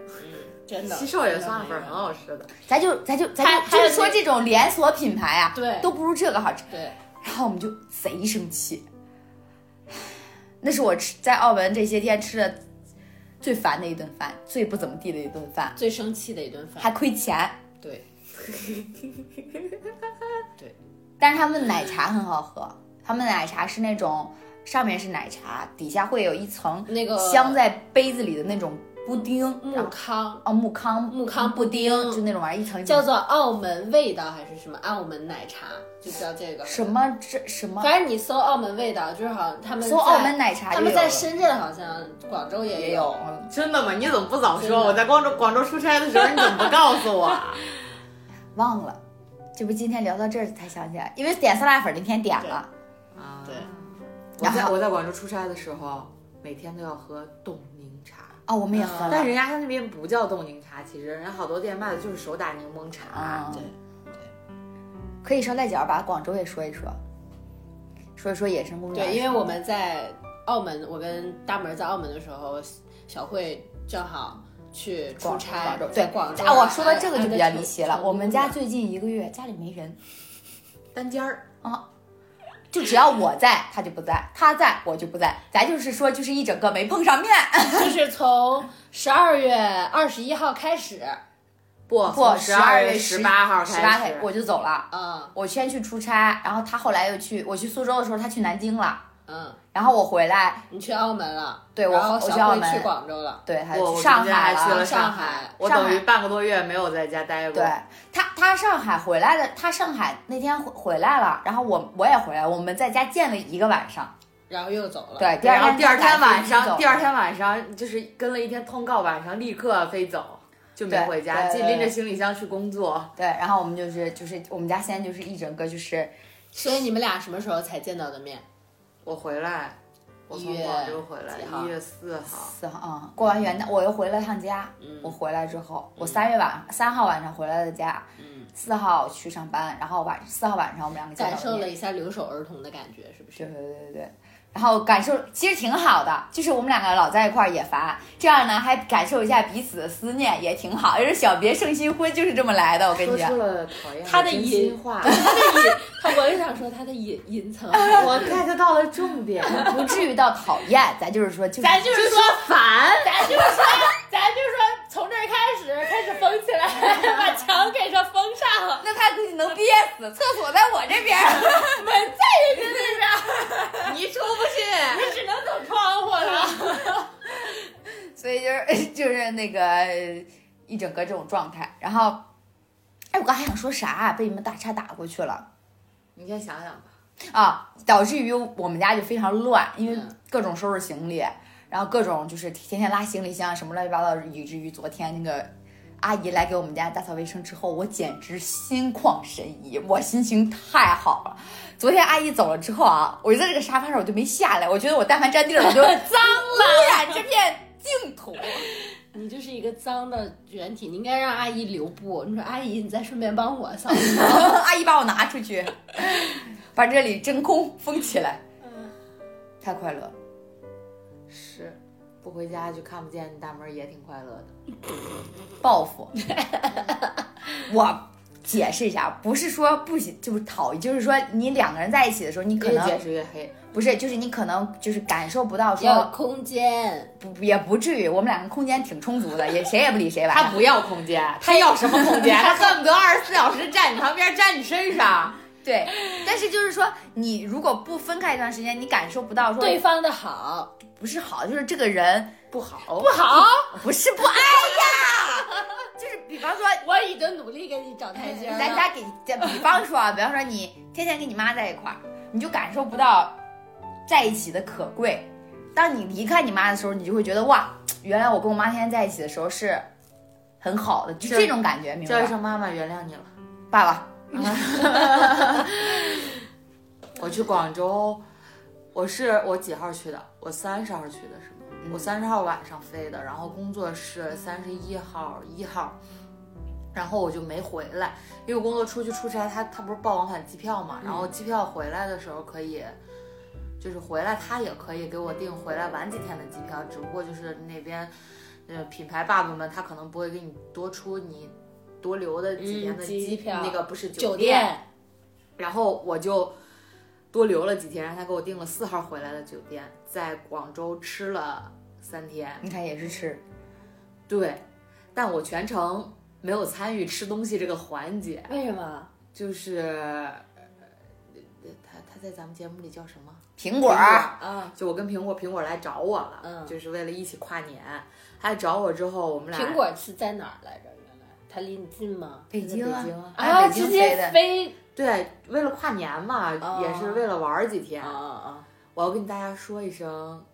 Speaker 3: 真的
Speaker 4: 西少爷酸辣粉很好吃的。
Speaker 2: 咱就咱就咱
Speaker 3: 还
Speaker 2: 就
Speaker 3: 还有
Speaker 2: 就是说
Speaker 3: 那
Speaker 2: 这种连锁品牌啊，
Speaker 3: 对
Speaker 2: 都不如这个好吃。
Speaker 3: 对，
Speaker 2: 然后我们就贼生气，那是我吃在澳门这些天吃的最烦的一顿饭，最不怎么地的一顿饭，
Speaker 3: 最生气的一顿饭。
Speaker 2: 还亏钱。
Speaker 3: 对，
Speaker 2: 但是他们奶茶很好喝，他们奶茶是那种上面是奶茶，底下会有一层
Speaker 3: 那个
Speaker 2: 镶在杯子里的那种布丁，然
Speaker 3: 木
Speaker 2: 后
Speaker 3: 糠
Speaker 2: 哦木糠
Speaker 3: 木糠
Speaker 2: 布
Speaker 3: 布
Speaker 2: 丁
Speaker 3: 丁，
Speaker 2: 就那种玩意儿一层一层
Speaker 3: 叫做澳门味道还是什么澳门奶茶，就叫这个。
Speaker 2: 什么这什么
Speaker 3: 反正你搜澳门味道，就是好像他们
Speaker 2: 搜
Speaker 3: 在
Speaker 2: 澳门奶茶
Speaker 3: 他
Speaker 2: 就有
Speaker 3: 们在
Speaker 2: 了，
Speaker 3: 深圳好像，广州也
Speaker 2: 也有。嗯
Speaker 4: 真的吗？你怎么不早
Speaker 3: 真的
Speaker 4: 说？我在广州广州出差的时候，你怎么不告 <laughs> 诉我？啊
Speaker 2: 忘了，这不今天聊到这儿才想起来，因为点酸辣粉那天点了，
Speaker 4: 啊
Speaker 3: 对，
Speaker 4: 我
Speaker 2: 然
Speaker 4: 在
Speaker 2: 后
Speaker 4: 我在广州出差的时候，每天都要喝冻柠茶，
Speaker 2: 哦，我们也
Speaker 3: 嗯
Speaker 2: 喝了，
Speaker 4: 但人家那边不叫冻柠茶，其实人家好多店卖的就是手打柠檬茶
Speaker 2: 啊。
Speaker 3: 对
Speaker 2: 可以捎带脚把广州也说一说，说一说野生公园。
Speaker 3: 对，因为我们在澳门，我跟大门在澳门的时候，小慧正好去出
Speaker 2: 广州
Speaker 3: 差，
Speaker 2: 广州
Speaker 3: 在
Speaker 2: 对
Speaker 3: 广州。
Speaker 2: 啊，我说到这个就比较
Speaker 3: 安
Speaker 2: 离
Speaker 3: 安
Speaker 2: 奇
Speaker 3: 在
Speaker 2: 了
Speaker 3: 成。都
Speaker 2: 我们家最近一个月家里没人，
Speaker 4: 单间儿，
Speaker 2: 就只要我在，他就不在；他在，我就不在。咱就是说，就是一整个没碰上面。
Speaker 3: 就是从十二月二十一号开始，
Speaker 4: 不
Speaker 2: 不，
Speaker 4: 十
Speaker 2: 二
Speaker 4: 月
Speaker 2: 十
Speaker 4: 八号
Speaker 2: 十八
Speaker 4: 开始，
Speaker 2: 我就走了。
Speaker 3: 嗯
Speaker 2: 我先去出差，然后他后来又去，我去苏州的时候，他去南京了，
Speaker 3: 嗯，
Speaker 2: 然后我回来，
Speaker 3: 你去澳门了，
Speaker 2: 对我
Speaker 3: 然后
Speaker 2: 我去
Speaker 3: 小
Speaker 2: 澳
Speaker 3: 慧
Speaker 2: 门
Speaker 3: 去广州了，
Speaker 2: 对，还
Speaker 4: 我
Speaker 2: 有
Speaker 4: 我
Speaker 2: 去上
Speaker 4: 中间还
Speaker 2: 海
Speaker 4: 去了
Speaker 3: 上
Speaker 4: 海
Speaker 3: 海，
Speaker 4: 我
Speaker 2: 上
Speaker 4: 等于
Speaker 2: 海
Speaker 4: 半个多月没有在家待过。
Speaker 2: 对他，他上海回来了，他上海那天回回来了，然后我我也回来，我们在家见了一个晚上。
Speaker 3: 然后又走了。
Speaker 2: 对，第
Speaker 4: 然
Speaker 2: 二天
Speaker 4: 后第二天晚
Speaker 2: 走
Speaker 4: 上，第二天晚上就是跟了一天通告，晚上立刻飞走，就没
Speaker 2: 对
Speaker 4: 回家，
Speaker 2: 对
Speaker 4: 就
Speaker 2: 对
Speaker 4: 拎着行李箱去工作。
Speaker 2: 对，然后我们就是就是我们家现在就是一整个就是
Speaker 3: 所以你们俩什么时候才见到的面？
Speaker 4: 我回来，我
Speaker 3: 一
Speaker 4: 从
Speaker 3: 月
Speaker 4: 广州回来，
Speaker 3: 几号
Speaker 4: 一月四号。
Speaker 2: 四号，嗯，过完元旦我又回了趟家。
Speaker 3: 嗯
Speaker 2: 我回来之后，我三月晚三号晚上回来的家，
Speaker 3: 嗯，
Speaker 2: 四号去上班，然后晚四号晚上我们两个见
Speaker 3: 感
Speaker 2: 到
Speaker 3: 受
Speaker 2: 面
Speaker 3: 了一下留守儿童的感觉，是不
Speaker 2: 对
Speaker 3: 是？
Speaker 2: 对对对对。然后感受其实挺好的，就是我们两个老在一块儿也烦，这样呢还感受一下彼此的思念也挺好。就是小别胜新婚就是这么来的，我跟
Speaker 4: 说
Speaker 2: 你讲
Speaker 4: 出。了讨厌
Speaker 3: 他的
Speaker 4: 真
Speaker 3: 隐
Speaker 4: 心 <laughs> 话，
Speaker 3: <laughs> 他我也想说他的隐隐藏，
Speaker 4: 我 get 到了重 <laughs> 点，
Speaker 2: 不至于到讨厌，咱就是说，就是
Speaker 3: 咱就是说，
Speaker 4: 烦。
Speaker 3: 咱就是说，咱就是说，从这儿开始开始封起来，把墙给它封上了，
Speaker 2: 那他估计能憋死。厕所在我这边儿，
Speaker 3: 门在人家那边儿，
Speaker 4: 你出不去，
Speaker 3: 你只能走窗户了。
Speaker 2: 所以就是 <laughs> 就是那个呃一整个这种状态。然后，哎，我刚还想说啥，被你们打岔打过去了
Speaker 4: 你先想想吧。
Speaker 2: 啊，导致于我们家就非常乱，因为
Speaker 3: 嗯
Speaker 2: 各种收拾行李，然后各种就是天天拉行李箱什么乱七八糟，以至于昨天那个。阿姨来给我们家打扫卫生之后，我简直心旷神怡，我心情太好了。昨天阿姨走了之后啊，我就在这个沙发上我就没下来，我觉得我但凡沾地儿我就 <laughs> 脏了，污染这片净土。
Speaker 3: <laughs> 你就是一个脏的人体，你应该让阿姨留步。你说阿姨，你再顺便帮我扫地。
Speaker 2: <laughs> 阿姨把我拿出去，把这里真空封起来，
Speaker 3: 嗯
Speaker 2: 太快乐了。
Speaker 4: 是，不回家就看不见你大门，也挺快乐的。
Speaker 2: 报复， <laughs> 我解释一下，不是说不行，就是讨厌，就是说你两个人在一起的时候，你可
Speaker 4: 越解
Speaker 2: 能
Speaker 4: 释越黑。
Speaker 2: 不是，就是你可能就是感受不到
Speaker 3: 要
Speaker 2: 说
Speaker 3: 空间，
Speaker 2: 不也不至于，我们两个空间挺充足的，也谁也不理谁吧。
Speaker 4: 他不要空间， <laughs> 他要什么空间？他恨不得二十四小时站你旁边，站你身上。
Speaker 2: 对，但是就是说，你如果不分开一段时间，你感受不到说
Speaker 3: <laughs> 对方的好
Speaker 2: 不是好，就是这个人
Speaker 4: 不好
Speaker 3: 不， <laughs> 好，
Speaker 2: 不是不爱
Speaker 3: <laughs>
Speaker 2: 呀，就是比方说
Speaker 3: 我已经努力给你找台阶了。
Speaker 2: 咱家给，比方说啊，比方说你天天跟你妈在一块儿，你就感受不到在一起的可贵。当你离开你妈的时候，你就会觉得哇，原来我跟我妈天天在一起的时候是很好的，就
Speaker 4: 这
Speaker 2: 这种感觉，明
Speaker 4: 叫
Speaker 2: 白
Speaker 4: 一
Speaker 2: 吧？
Speaker 4: 声妈妈，原谅你了。
Speaker 2: 爸爸，
Speaker 4: 我去广州，我是我几号去的？我三十号去的是
Speaker 3: 嗯
Speaker 4: 吗？我三十号晚上飞的，然后工作是三十一号一号，然后我就没回来，因为我工作出去出差，他他不是报往返机票嘛，然后
Speaker 3: 嗯
Speaker 4: 机票回来的时候可以，就是回来他也可以给我订回来晚几天的机票，只不过就是那边，呃，品牌爸爸们他可能不会给你多出你多留的几天的
Speaker 3: 嗯机票
Speaker 4: 那个不是
Speaker 3: 酒
Speaker 4: 店
Speaker 3: 店
Speaker 4: 然后我就多留了几天，让他给我订了四号回来的酒店，在广州吃了三天。
Speaker 2: 你看也是吃，
Speaker 4: 对，但我全程没有参与吃东西这个环节，
Speaker 3: 为什么？
Speaker 4: 就是呃他他在咱们节目里叫什么？
Speaker 2: 苹果儿，
Speaker 3: 啊，
Speaker 4: 就我跟苹果，苹果来找我了，
Speaker 3: 嗯
Speaker 4: 就是为了一起跨年。他来找我之后，我们俩
Speaker 3: 苹果是在哪儿来着？原来它离你近吗？
Speaker 2: 北
Speaker 4: 在北
Speaker 2: 京啊，
Speaker 4: 京啊
Speaker 2: 哎北京
Speaker 3: 直接
Speaker 2: 飞的
Speaker 3: 飞
Speaker 4: 对，为了跨年嘛，
Speaker 3: 哦
Speaker 4: 也是为了玩儿几天。
Speaker 3: 啊
Speaker 4: 我要跟大家说一声，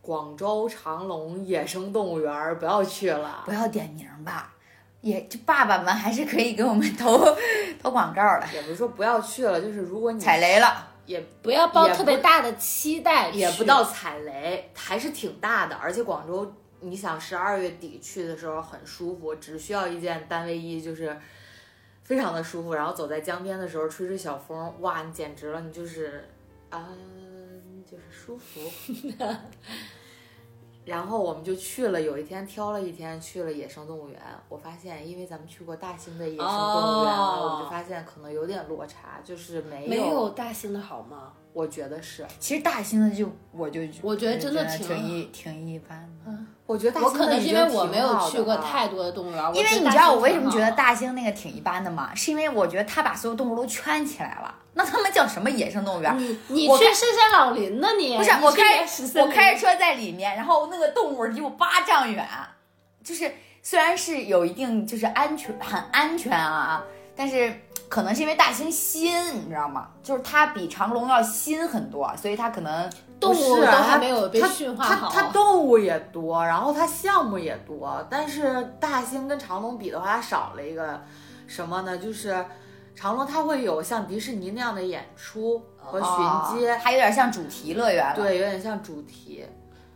Speaker 4: 广州长隆野生动物园儿不要去了
Speaker 2: 不，要点名吧，也就爸爸们还是可以给我们投投广告的，
Speaker 4: 也不是说不要去了，就是如果你
Speaker 2: 踩雷了，
Speaker 4: 也
Speaker 3: 不要抱
Speaker 4: 也
Speaker 3: 特
Speaker 4: 不
Speaker 3: 别大的期待，
Speaker 4: 也不到。踩雷，还是挺大的。而且广州，你想十二月底去的时候很舒服，只需要一件单卫衣，就是非常的舒服。然后走在江边的时候吹吹小风，哇，你简直了，你就是啊、就是舒服。然后我们就去了，有一天挑了一天去了野生动物园。我发现，因为咱们去过大兴的野生动物园了
Speaker 3: 哦
Speaker 4: 我就发现可能有点落差，就是没
Speaker 3: 没有大兴的好吗？
Speaker 4: 我觉得是，
Speaker 2: 其实大兴的就我就
Speaker 3: 我觉得真的
Speaker 2: 挺
Speaker 3: 挺
Speaker 2: 一挺一般的。
Speaker 4: 我觉得大
Speaker 3: 我
Speaker 4: 兴
Speaker 3: 可
Speaker 4: 的
Speaker 3: 能
Speaker 4: 已
Speaker 3: 是因
Speaker 4: 经
Speaker 3: 为我
Speaker 4: 挺
Speaker 3: 没有
Speaker 4: 好
Speaker 3: 去
Speaker 4: 的
Speaker 3: 过
Speaker 4: 了
Speaker 3: 太多的啊动物园，我
Speaker 2: 因
Speaker 3: 觉
Speaker 2: 为
Speaker 3: 得
Speaker 2: 你
Speaker 3: 大
Speaker 2: 知道
Speaker 3: 兴
Speaker 2: 我为什
Speaker 3: 挺
Speaker 2: 么觉
Speaker 3: 好
Speaker 2: 得
Speaker 3: 的
Speaker 2: 大兴那个挺一般的吗？是因为我觉得他把所有动物都圈起来了，那他们叫什么野生动物园？
Speaker 3: 你你
Speaker 2: 我
Speaker 3: 去
Speaker 2: 开
Speaker 3: 深山老林呢你？
Speaker 2: 不是我开
Speaker 3: 始
Speaker 2: 我开着车在里面，然后那个动物离我八丈远，就是虽然是有一定就是安全很安全啊，但是可能是因为大兴新，你知道吗？就是它比长隆要新很多，所以它可能
Speaker 3: 动
Speaker 4: 不
Speaker 3: 物
Speaker 4: 是
Speaker 3: 都
Speaker 4: 啊
Speaker 3: 还没有被
Speaker 4: 它
Speaker 3: 驯化
Speaker 4: 它
Speaker 3: 好，
Speaker 4: 它动物也多，然后它项目也多，但是大兴跟长隆比的话，它少了一个什么呢？就是长隆它会有像迪士尼那样的演出和
Speaker 2: 啊
Speaker 3: 哦
Speaker 4: 巡街，
Speaker 2: 它有点像主题乐园了。，
Speaker 3: 啊
Speaker 4: 对，有点像主题，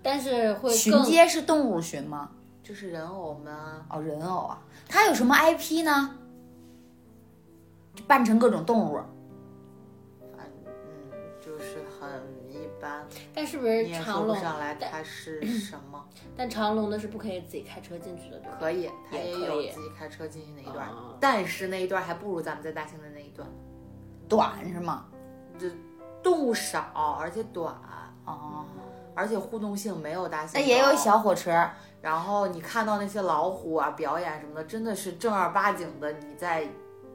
Speaker 3: 但是会
Speaker 2: 巡
Speaker 3: 更
Speaker 2: 街是动物巡吗？
Speaker 4: 就是人偶们啊。
Speaker 2: 哦，人偶啊，它有什么 IP 呢？就扮成各种动物，
Speaker 4: 反嗯，就是很一般，
Speaker 3: 但是不是
Speaker 4: 你也说
Speaker 3: 长
Speaker 4: 不
Speaker 3: 隆？
Speaker 4: 上来
Speaker 3: 但
Speaker 4: 它
Speaker 3: <clears throat>
Speaker 4: 是什么。
Speaker 3: 但长隆的是不可以自己开车进去的，对吧？
Speaker 4: 可以，它
Speaker 3: 也可
Speaker 4: 有
Speaker 3: 以
Speaker 4: 自己开车进去那一段，
Speaker 3: 啊
Speaker 4: 但是那一段还不如咱们在大兴的那一段，
Speaker 2: 短是吗？
Speaker 4: 动物少而且短。
Speaker 2: 哦，
Speaker 4: 而且互动性没有大兴
Speaker 2: 那
Speaker 4: 高，
Speaker 2: 也有小火车，
Speaker 4: 然后你看到那些老虎啊表演什么的，真的是正儿八经的，你在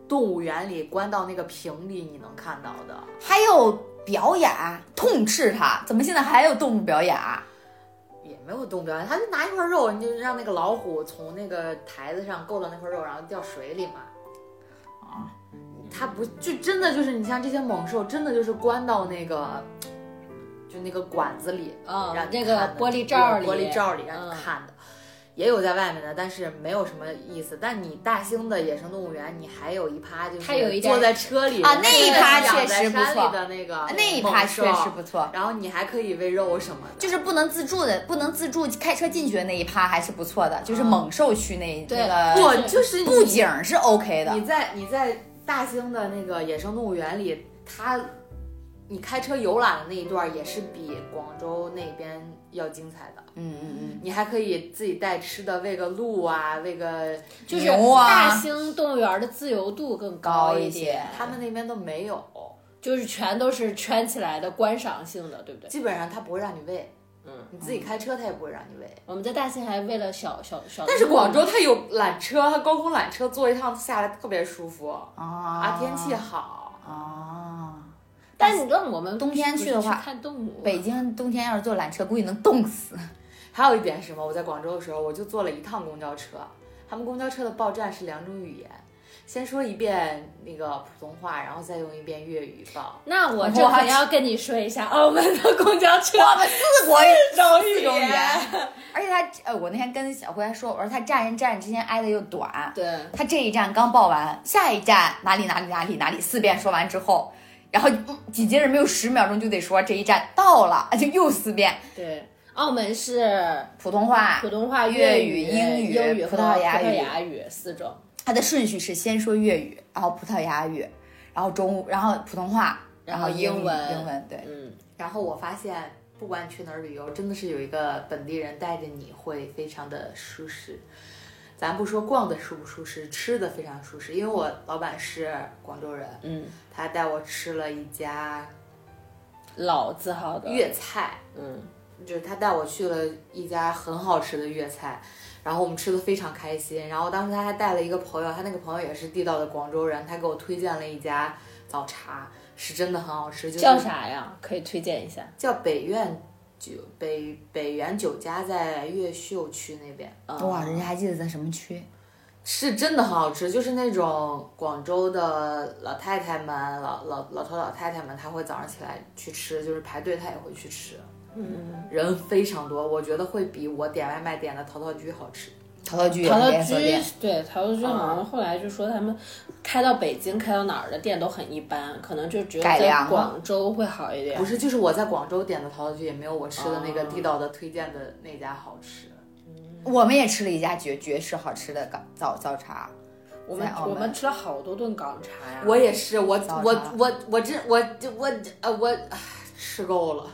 Speaker 4: 动物园里关到那个屏里你能看到的。
Speaker 2: 还有表演，痛斥它，怎么现在还有动物表演啊？
Speaker 4: 也没有动表演，他就拿一块肉，你就让那个老虎从那个台子上够到那块肉，然后掉水里嘛。
Speaker 2: 啊，
Speaker 4: 它不就真的就是你像这些猛兽，真的就是关到那个就那个管子里，
Speaker 3: 啊
Speaker 4: 让你
Speaker 3: 那个
Speaker 4: 看的
Speaker 3: 玻璃罩儿
Speaker 4: 对玻
Speaker 3: 里
Speaker 4: 璃罩儿里让
Speaker 3: 嗯
Speaker 4: 你看的，也有在外面的，但是没有什么意思。但你大兴的野生动物园，你还有一趴就是
Speaker 3: 它有一点
Speaker 4: 坐在车里
Speaker 2: 啊那一趴
Speaker 4: 养
Speaker 2: 确
Speaker 4: 在
Speaker 2: 实不
Speaker 4: 山里
Speaker 2: 错
Speaker 4: 的那个
Speaker 2: 那一趴
Speaker 4: 猛兽
Speaker 2: 确实不错，
Speaker 4: 然后你还可以喂肉什么的，
Speaker 2: 就是不能自助的，不能自助开车进去的那一趴还是不错的，
Speaker 4: 嗯
Speaker 2: 就是猛兽区那、
Speaker 3: 对
Speaker 2: 那个
Speaker 3: 不
Speaker 4: 不呃就是
Speaker 2: 布
Speaker 4: 你
Speaker 2: 景是 OK 的
Speaker 4: 你。在你在大兴的那个野生动物园里，它你开车游览的那一段也是比广州那边要精彩的。
Speaker 2: 嗯嗯嗯，
Speaker 4: 你还可以自己带吃的，喂个鹿啊，喂个
Speaker 3: 就是
Speaker 2: 牛啊
Speaker 3: 大兴动物园的自由度更
Speaker 2: 高
Speaker 3: 一
Speaker 2: 一些
Speaker 3: 点，
Speaker 4: 他们那边都没有，
Speaker 3: 就是全都是圈起来的观赏性的，对不对？
Speaker 4: 基本上他不会让你喂，
Speaker 3: 嗯，
Speaker 4: 你自己开车他也不会让你喂。
Speaker 3: 我们在大兴还为了小小小，
Speaker 4: 嗯但是广州它有缆车，它高空缆车坐一趟下来特别舒服
Speaker 2: 啊
Speaker 4: 啊，天气好。
Speaker 2: 啊，
Speaker 3: 但你让我们
Speaker 2: 冬天
Speaker 3: 不是
Speaker 2: 去的话
Speaker 3: 看动物，
Speaker 2: 北京冬天要是坐缆车，估计能冻死。
Speaker 4: 还有一点是什么？我在广州的时候，我就坐了一趟公交车，他们公交车的报站是两种语言，先说一遍那个普通话，然后再用一遍粤语报。
Speaker 3: 那我
Speaker 2: 我
Speaker 3: 这可要跟你说一下，澳门的公
Speaker 2: <laughs>
Speaker 3: 交车
Speaker 2: 我们四国
Speaker 3: 都
Speaker 2: 四
Speaker 3: 是
Speaker 2: 种语言，而且他呃，我那天跟小辉还说，我说他站人站人之间挨的又短，
Speaker 3: 对，
Speaker 2: 他这一站刚报完，下一站哪里哪里哪里哪里四遍说完之后，然后嗯紧接着没有十秒钟就得说这一站到了，就又四遍
Speaker 3: 对，澳门是
Speaker 2: 普通话
Speaker 3: 普。通话、
Speaker 2: 粤语
Speaker 3: 语、英
Speaker 2: 英语
Speaker 3: 英语
Speaker 2: 葡
Speaker 3: 和
Speaker 2: 萄牙
Speaker 3: 葡萄
Speaker 2: 语
Speaker 3: 牙语四种。
Speaker 2: 它的顺序是先说粤语，然后葡萄牙语，然后中，然后普通话，然后
Speaker 3: 然后英
Speaker 2: 哦英语
Speaker 3: 文
Speaker 2: 英文对。
Speaker 3: 嗯，
Speaker 4: 然后我发现，不管你去哪儿旅游，真的是有一个本地人带着你会非常的舒适。咱不说逛的舒不舒适，吃的非常舒适，因为我老板是广州人，
Speaker 3: 嗯，
Speaker 4: 他带我吃了一家
Speaker 3: 老字号的，
Speaker 4: 粤菜，
Speaker 3: 嗯，
Speaker 4: 就是他带我去了一家很好吃的粤菜，然后我们吃的非常开心。然后当时他还带了一个朋友，他那个朋友也是地道的广州人，他给我推荐了一家早茶，是真的很好吃，就是
Speaker 3: 叫啥呀？可以推荐一下。
Speaker 4: 叫北苑酒北北园酒家，在越秀区那边，
Speaker 2: 哇，人家还记得在什么区？
Speaker 4: 是真的很好吃，就是那种广州的老太太们、老老老头老太太们，他会早上起来去吃，就是排队他也会去吃，
Speaker 3: 嗯，
Speaker 4: 人非常多，我觉得会比我点外卖点的陶陶居好吃。
Speaker 2: 陶陶居也
Speaker 3: 陶陶
Speaker 2: 是连
Speaker 3: 居
Speaker 2: 锁店，
Speaker 3: 呃对陶陶居
Speaker 4: 嗯
Speaker 3: 好像后来就说他们开到北京、开到哪儿的店都很一般，可能就只有
Speaker 2: 改良了
Speaker 3: 在广州会好一点
Speaker 4: 不。是，就是我在广州点的陶陶居也没有我吃的那个地
Speaker 3: 哦
Speaker 4: 道的推荐的那家好吃。
Speaker 2: 我们也吃了一家绝绝世好吃的港早早茶，
Speaker 3: 我们
Speaker 2: 在澳门
Speaker 3: 我们吃了好多顿港茶呀，
Speaker 4: 我也是，我
Speaker 2: 早
Speaker 4: 我
Speaker 2: 茶
Speaker 4: 我我真我我呃我唉吃够了。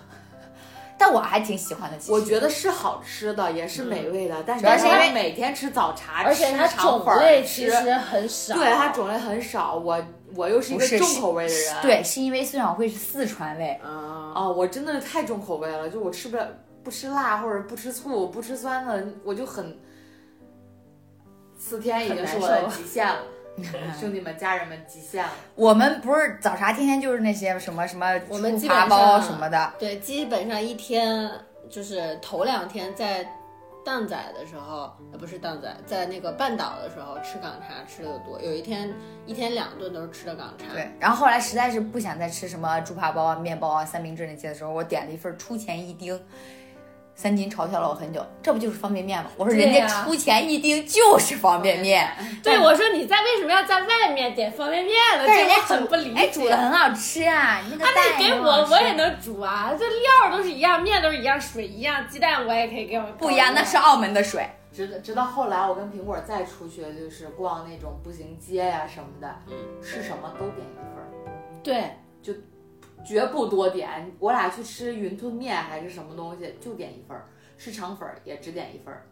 Speaker 2: 但我还挺喜欢的。其实
Speaker 4: 我觉得是好吃的，也是
Speaker 3: 嗯
Speaker 4: 美味的，但是
Speaker 2: 主要是因为
Speaker 4: 你要每天吃早茶，
Speaker 3: 而且它
Speaker 4: 吃肠
Speaker 3: 种
Speaker 4: 粉儿
Speaker 3: 类
Speaker 4: 吃
Speaker 3: 其实很少，
Speaker 4: 对它种类很少。我我又是一
Speaker 2: 不
Speaker 4: 个
Speaker 2: 是
Speaker 4: 重口味的人，
Speaker 2: 对，是因为孙晓慧是四川味，
Speaker 3: 啊，
Speaker 4: 啊、我真的是太重口味了，就我吃不了不吃辣或者不吃醋不吃酸的，我就很四天已经是
Speaker 3: 很
Speaker 4: 我的
Speaker 3: 难受
Speaker 4: 极限了， <laughs> 兄弟们家人们极限了。
Speaker 2: 我们不是早茶天天就是那些什么什么
Speaker 3: 我们
Speaker 2: 猪
Speaker 3: 基本
Speaker 2: 扒
Speaker 3: 上啊
Speaker 2: 包啊什么的，
Speaker 3: 对，基本上一天就是头两天在蛋仔的时候，呃，不是蛋仔，在那个半岛的时候吃港茶吃的多，有一天一天两顿都是吃的港茶。
Speaker 2: 对，，然后后来实在是不想再吃什么猪扒包啊、面包啊、三明治那些的时候，我点了一份出前一丁。三金嘲笑了我很久，这不就是方便面吗？我说人
Speaker 3: 对
Speaker 2: 家
Speaker 3: 呀
Speaker 2: 出前一丁就是方便面，
Speaker 3: <laughs> 对我说你在为什么要在外面点方便面呢？
Speaker 2: 但人
Speaker 3: 这
Speaker 2: 家
Speaker 3: 我很不理
Speaker 2: 哎，煮的
Speaker 3: 解。
Speaker 2: 很好吃啊！你那个
Speaker 3: 啊，那
Speaker 2: 蛋
Speaker 3: 你
Speaker 2: 也
Speaker 3: 给
Speaker 2: 很好
Speaker 3: 我，我也
Speaker 2: 吃
Speaker 3: 能煮啊，这料儿都是一样，面都是一样，水一样，鸡蛋我也可以给我
Speaker 2: 不一样，那是澳门的水。
Speaker 4: 直到直到后来，我跟苹果再出去，就是逛那种步行街呀、什么的，
Speaker 3: 嗯
Speaker 4: 吃什么都点一份儿。
Speaker 3: 啊对，
Speaker 4: 绝不多点。我俩去吃云吞面还是什么东西，就点一份儿；吃肠粉儿也只点一份儿。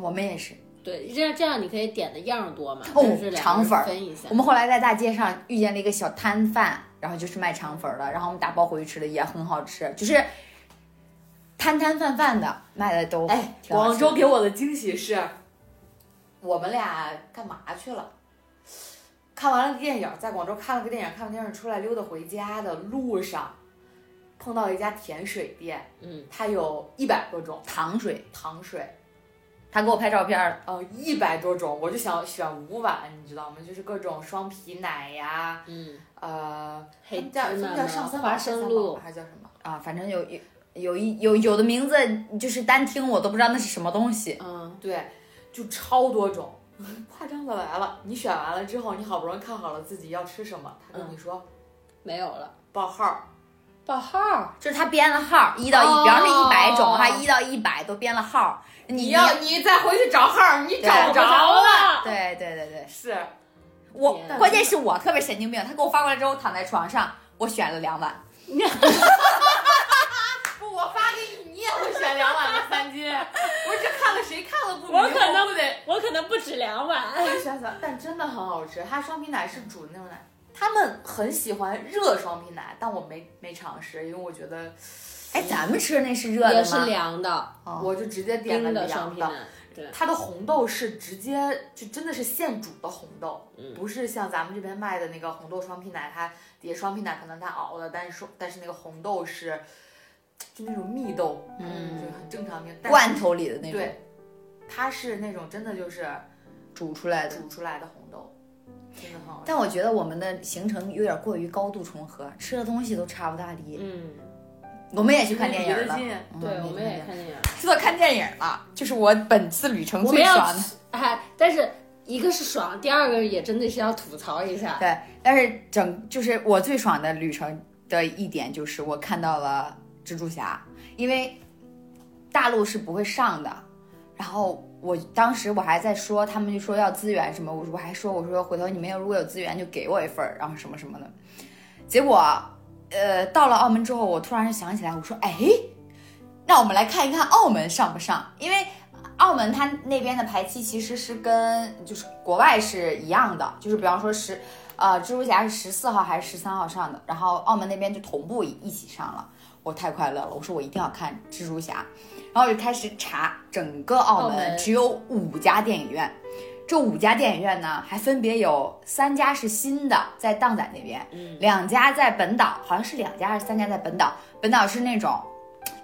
Speaker 2: 我们也是，
Speaker 3: 对，这样这样你可以点的样儿多嘛，
Speaker 2: 哦
Speaker 3: 就是两
Speaker 2: 肠
Speaker 3: 个人
Speaker 2: 粉儿
Speaker 3: 分一下
Speaker 2: 我。们后来在大街上遇见了一个小摊贩，然后就是卖肠粉儿的，然后我们打包回去吃的也很好吃，就是摊摊贩贩的卖的都
Speaker 4: 哎，
Speaker 2: 挺好
Speaker 4: 广
Speaker 2: 吃的
Speaker 4: 州给我的惊喜是，我们俩干嘛去了？看完了电影，在广州看了个电影，看完电影出来溜达回家的路上，碰到了一家甜水店，
Speaker 3: 嗯，
Speaker 4: 它有一百多种
Speaker 2: 糖水，
Speaker 4: 糖水，
Speaker 2: 他给我拍照片儿，
Speaker 4: 呃，一百多种，我就想选五碗，你知道吗？就是各种双皮奶呀，
Speaker 3: 嗯，
Speaker 4: 呃，
Speaker 3: 黑芝
Speaker 4: 叫
Speaker 3: 麻
Speaker 4: 他们
Speaker 3: 呢
Speaker 4: 叫上三宝
Speaker 3: 花生露，
Speaker 4: 还是叫什么？
Speaker 2: 啊，反正有有有一有有的名字就是单听我都不知道那是什么东西，
Speaker 3: 嗯，
Speaker 4: 对，就超多种， <laughs> 夸张的来了。你选完了之后，你好不容易看好了自己要吃什么，他
Speaker 3: 嗯
Speaker 4: 跟你说、
Speaker 3: 没有了。
Speaker 4: 报号儿，
Speaker 3: 报号儿，
Speaker 2: 就是他编了号儿一到一，比方说一百种，
Speaker 3: 哦
Speaker 2: 他一到一百都编了号儿，你
Speaker 4: 你要你再回去找号儿，你
Speaker 2: 对
Speaker 4: 找
Speaker 2: 不
Speaker 4: 着了。
Speaker 3: 了。
Speaker 2: 对对对对，
Speaker 4: 是，
Speaker 2: 我
Speaker 3: 天
Speaker 2: 关键是我特别神经病，他给我发过来之后，躺在床上，我选了两碗。
Speaker 4: 不，我发给你，你也会选两碗的三 <laughs> 斤。我这看了谁看了不哎
Speaker 3: 我
Speaker 4: 迷
Speaker 3: 可
Speaker 4: 糊
Speaker 3: 能我可能不止两碗。
Speaker 4: 我选择，但真的很好吃。它双皮奶是煮的那种奶，他们很喜欢热双皮奶，但我没没尝试，因为我觉得
Speaker 2: 哎，咱们吃的那是热
Speaker 3: 也
Speaker 2: 的
Speaker 3: 是
Speaker 2: 吗？
Speaker 3: 凉的，
Speaker 2: 哦
Speaker 4: 我就直接点
Speaker 3: 冰
Speaker 4: 了
Speaker 3: 的
Speaker 4: 凉
Speaker 3: 商品啊
Speaker 4: 的。
Speaker 3: 奶。对，
Speaker 4: 它的红豆是直接就真的是现煮的红豆，
Speaker 3: 嗯
Speaker 4: 不是像咱们这边卖的那个红豆双皮奶，它底下双皮奶可能它熬的，但是说但是那个红豆是就那种蜜豆，
Speaker 2: 嗯
Speaker 4: 就是很正常的但
Speaker 2: 罐头里的那种
Speaker 4: 对，它是那种真的就是
Speaker 2: 煮出来的。
Speaker 4: 煮出来的红豆，真的很好吃。
Speaker 2: 但我觉得我们的行程有点过于高度重合，吃的东西都差不大离。
Speaker 3: 嗯，
Speaker 2: 我们也去看电影了，
Speaker 4: 近
Speaker 2: 嗯
Speaker 3: 对，我们也
Speaker 2: 去
Speaker 3: 看电影。
Speaker 2: 说到看电影了，就是我本次旅程
Speaker 3: 我
Speaker 2: 最
Speaker 3: 们要
Speaker 2: 爽的。
Speaker 3: 哎，但是一个是爽，第二个也真的是要吐槽一下。
Speaker 2: 对，但是整就是我最爽的旅程的一点就是我看到了蜘蛛侠，因为大陆是不会上的，然后我当时我还在说，他们就说要资源什么，我我还说我说回头你们有如果有资源就给我一份儿，然后什么什么的。结果，呃，到了澳门之后，我突然就想起来，我说，哎，那我们来看一看澳门上不上，因为澳门它那边的排期其实是跟就是国外是一样的，就是比方说十，呃，蜘蛛侠是十四号还是十三号上的，然后澳门那边就同步一起上了。我太快乐了，我说我一定要看蜘蛛侠，然后我就开始查整个澳
Speaker 3: 澳门
Speaker 2: 门只有五家电影院，这五家电影院呢还分别有三家是新的，在荡仔那边，两家在本岛，好像是两家还是三家在本岛，本岛是那种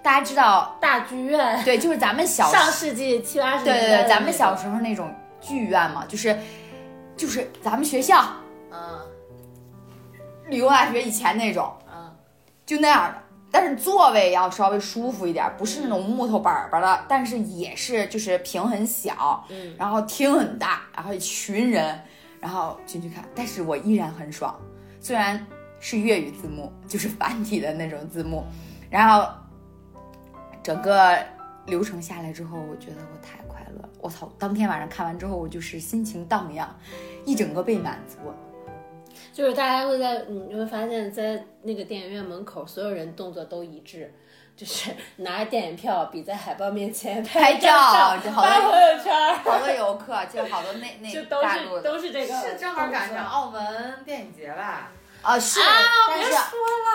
Speaker 2: 大家知道，
Speaker 3: 大剧 <laughs> 院，
Speaker 2: 对，就是咱们小
Speaker 3: 上世纪七八十
Speaker 2: 对
Speaker 3: 年代
Speaker 2: 对
Speaker 3: 的那
Speaker 2: 对，
Speaker 3: 种，
Speaker 2: 咱们小时候那种剧院嘛，就是就是咱们学校
Speaker 4: 嗯
Speaker 2: 理工大学以前那种，
Speaker 4: 嗯
Speaker 2: 就那样的。但是座位要稍微舒服一点，不是那种木头板板的，但是也是就是屏很小，
Speaker 3: 嗯
Speaker 2: 然后厅很大，然后一群人，然后进去看。但是我依然很爽，虽然是粤语字幕，就是繁体的那种字幕，然后整个流程下来之后，我觉得我太快乐了。我操！当天晚上看完之后，我就是心情荡漾，一整个被满足。
Speaker 3: 就是大家会在，你会发现在那个电影院门口，所有人动作都一致，就是拿着电影票比在海报面前
Speaker 2: 拍
Speaker 3: 照、
Speaker 2: 照就好
Speaker 3: 发
Speaker 2: 多
Speaker 3: 朋友圈儿，
Speaker 2: 好多游客，就好多那那
Speaker 3: 就都
Speaker 2: 大陆的
Speaker 3: 是都是这个动作。
Speaker 1: 是正好赶上澳门电影节吧？
Speaker 2: 啊是，但是
Speaker 3: 说了，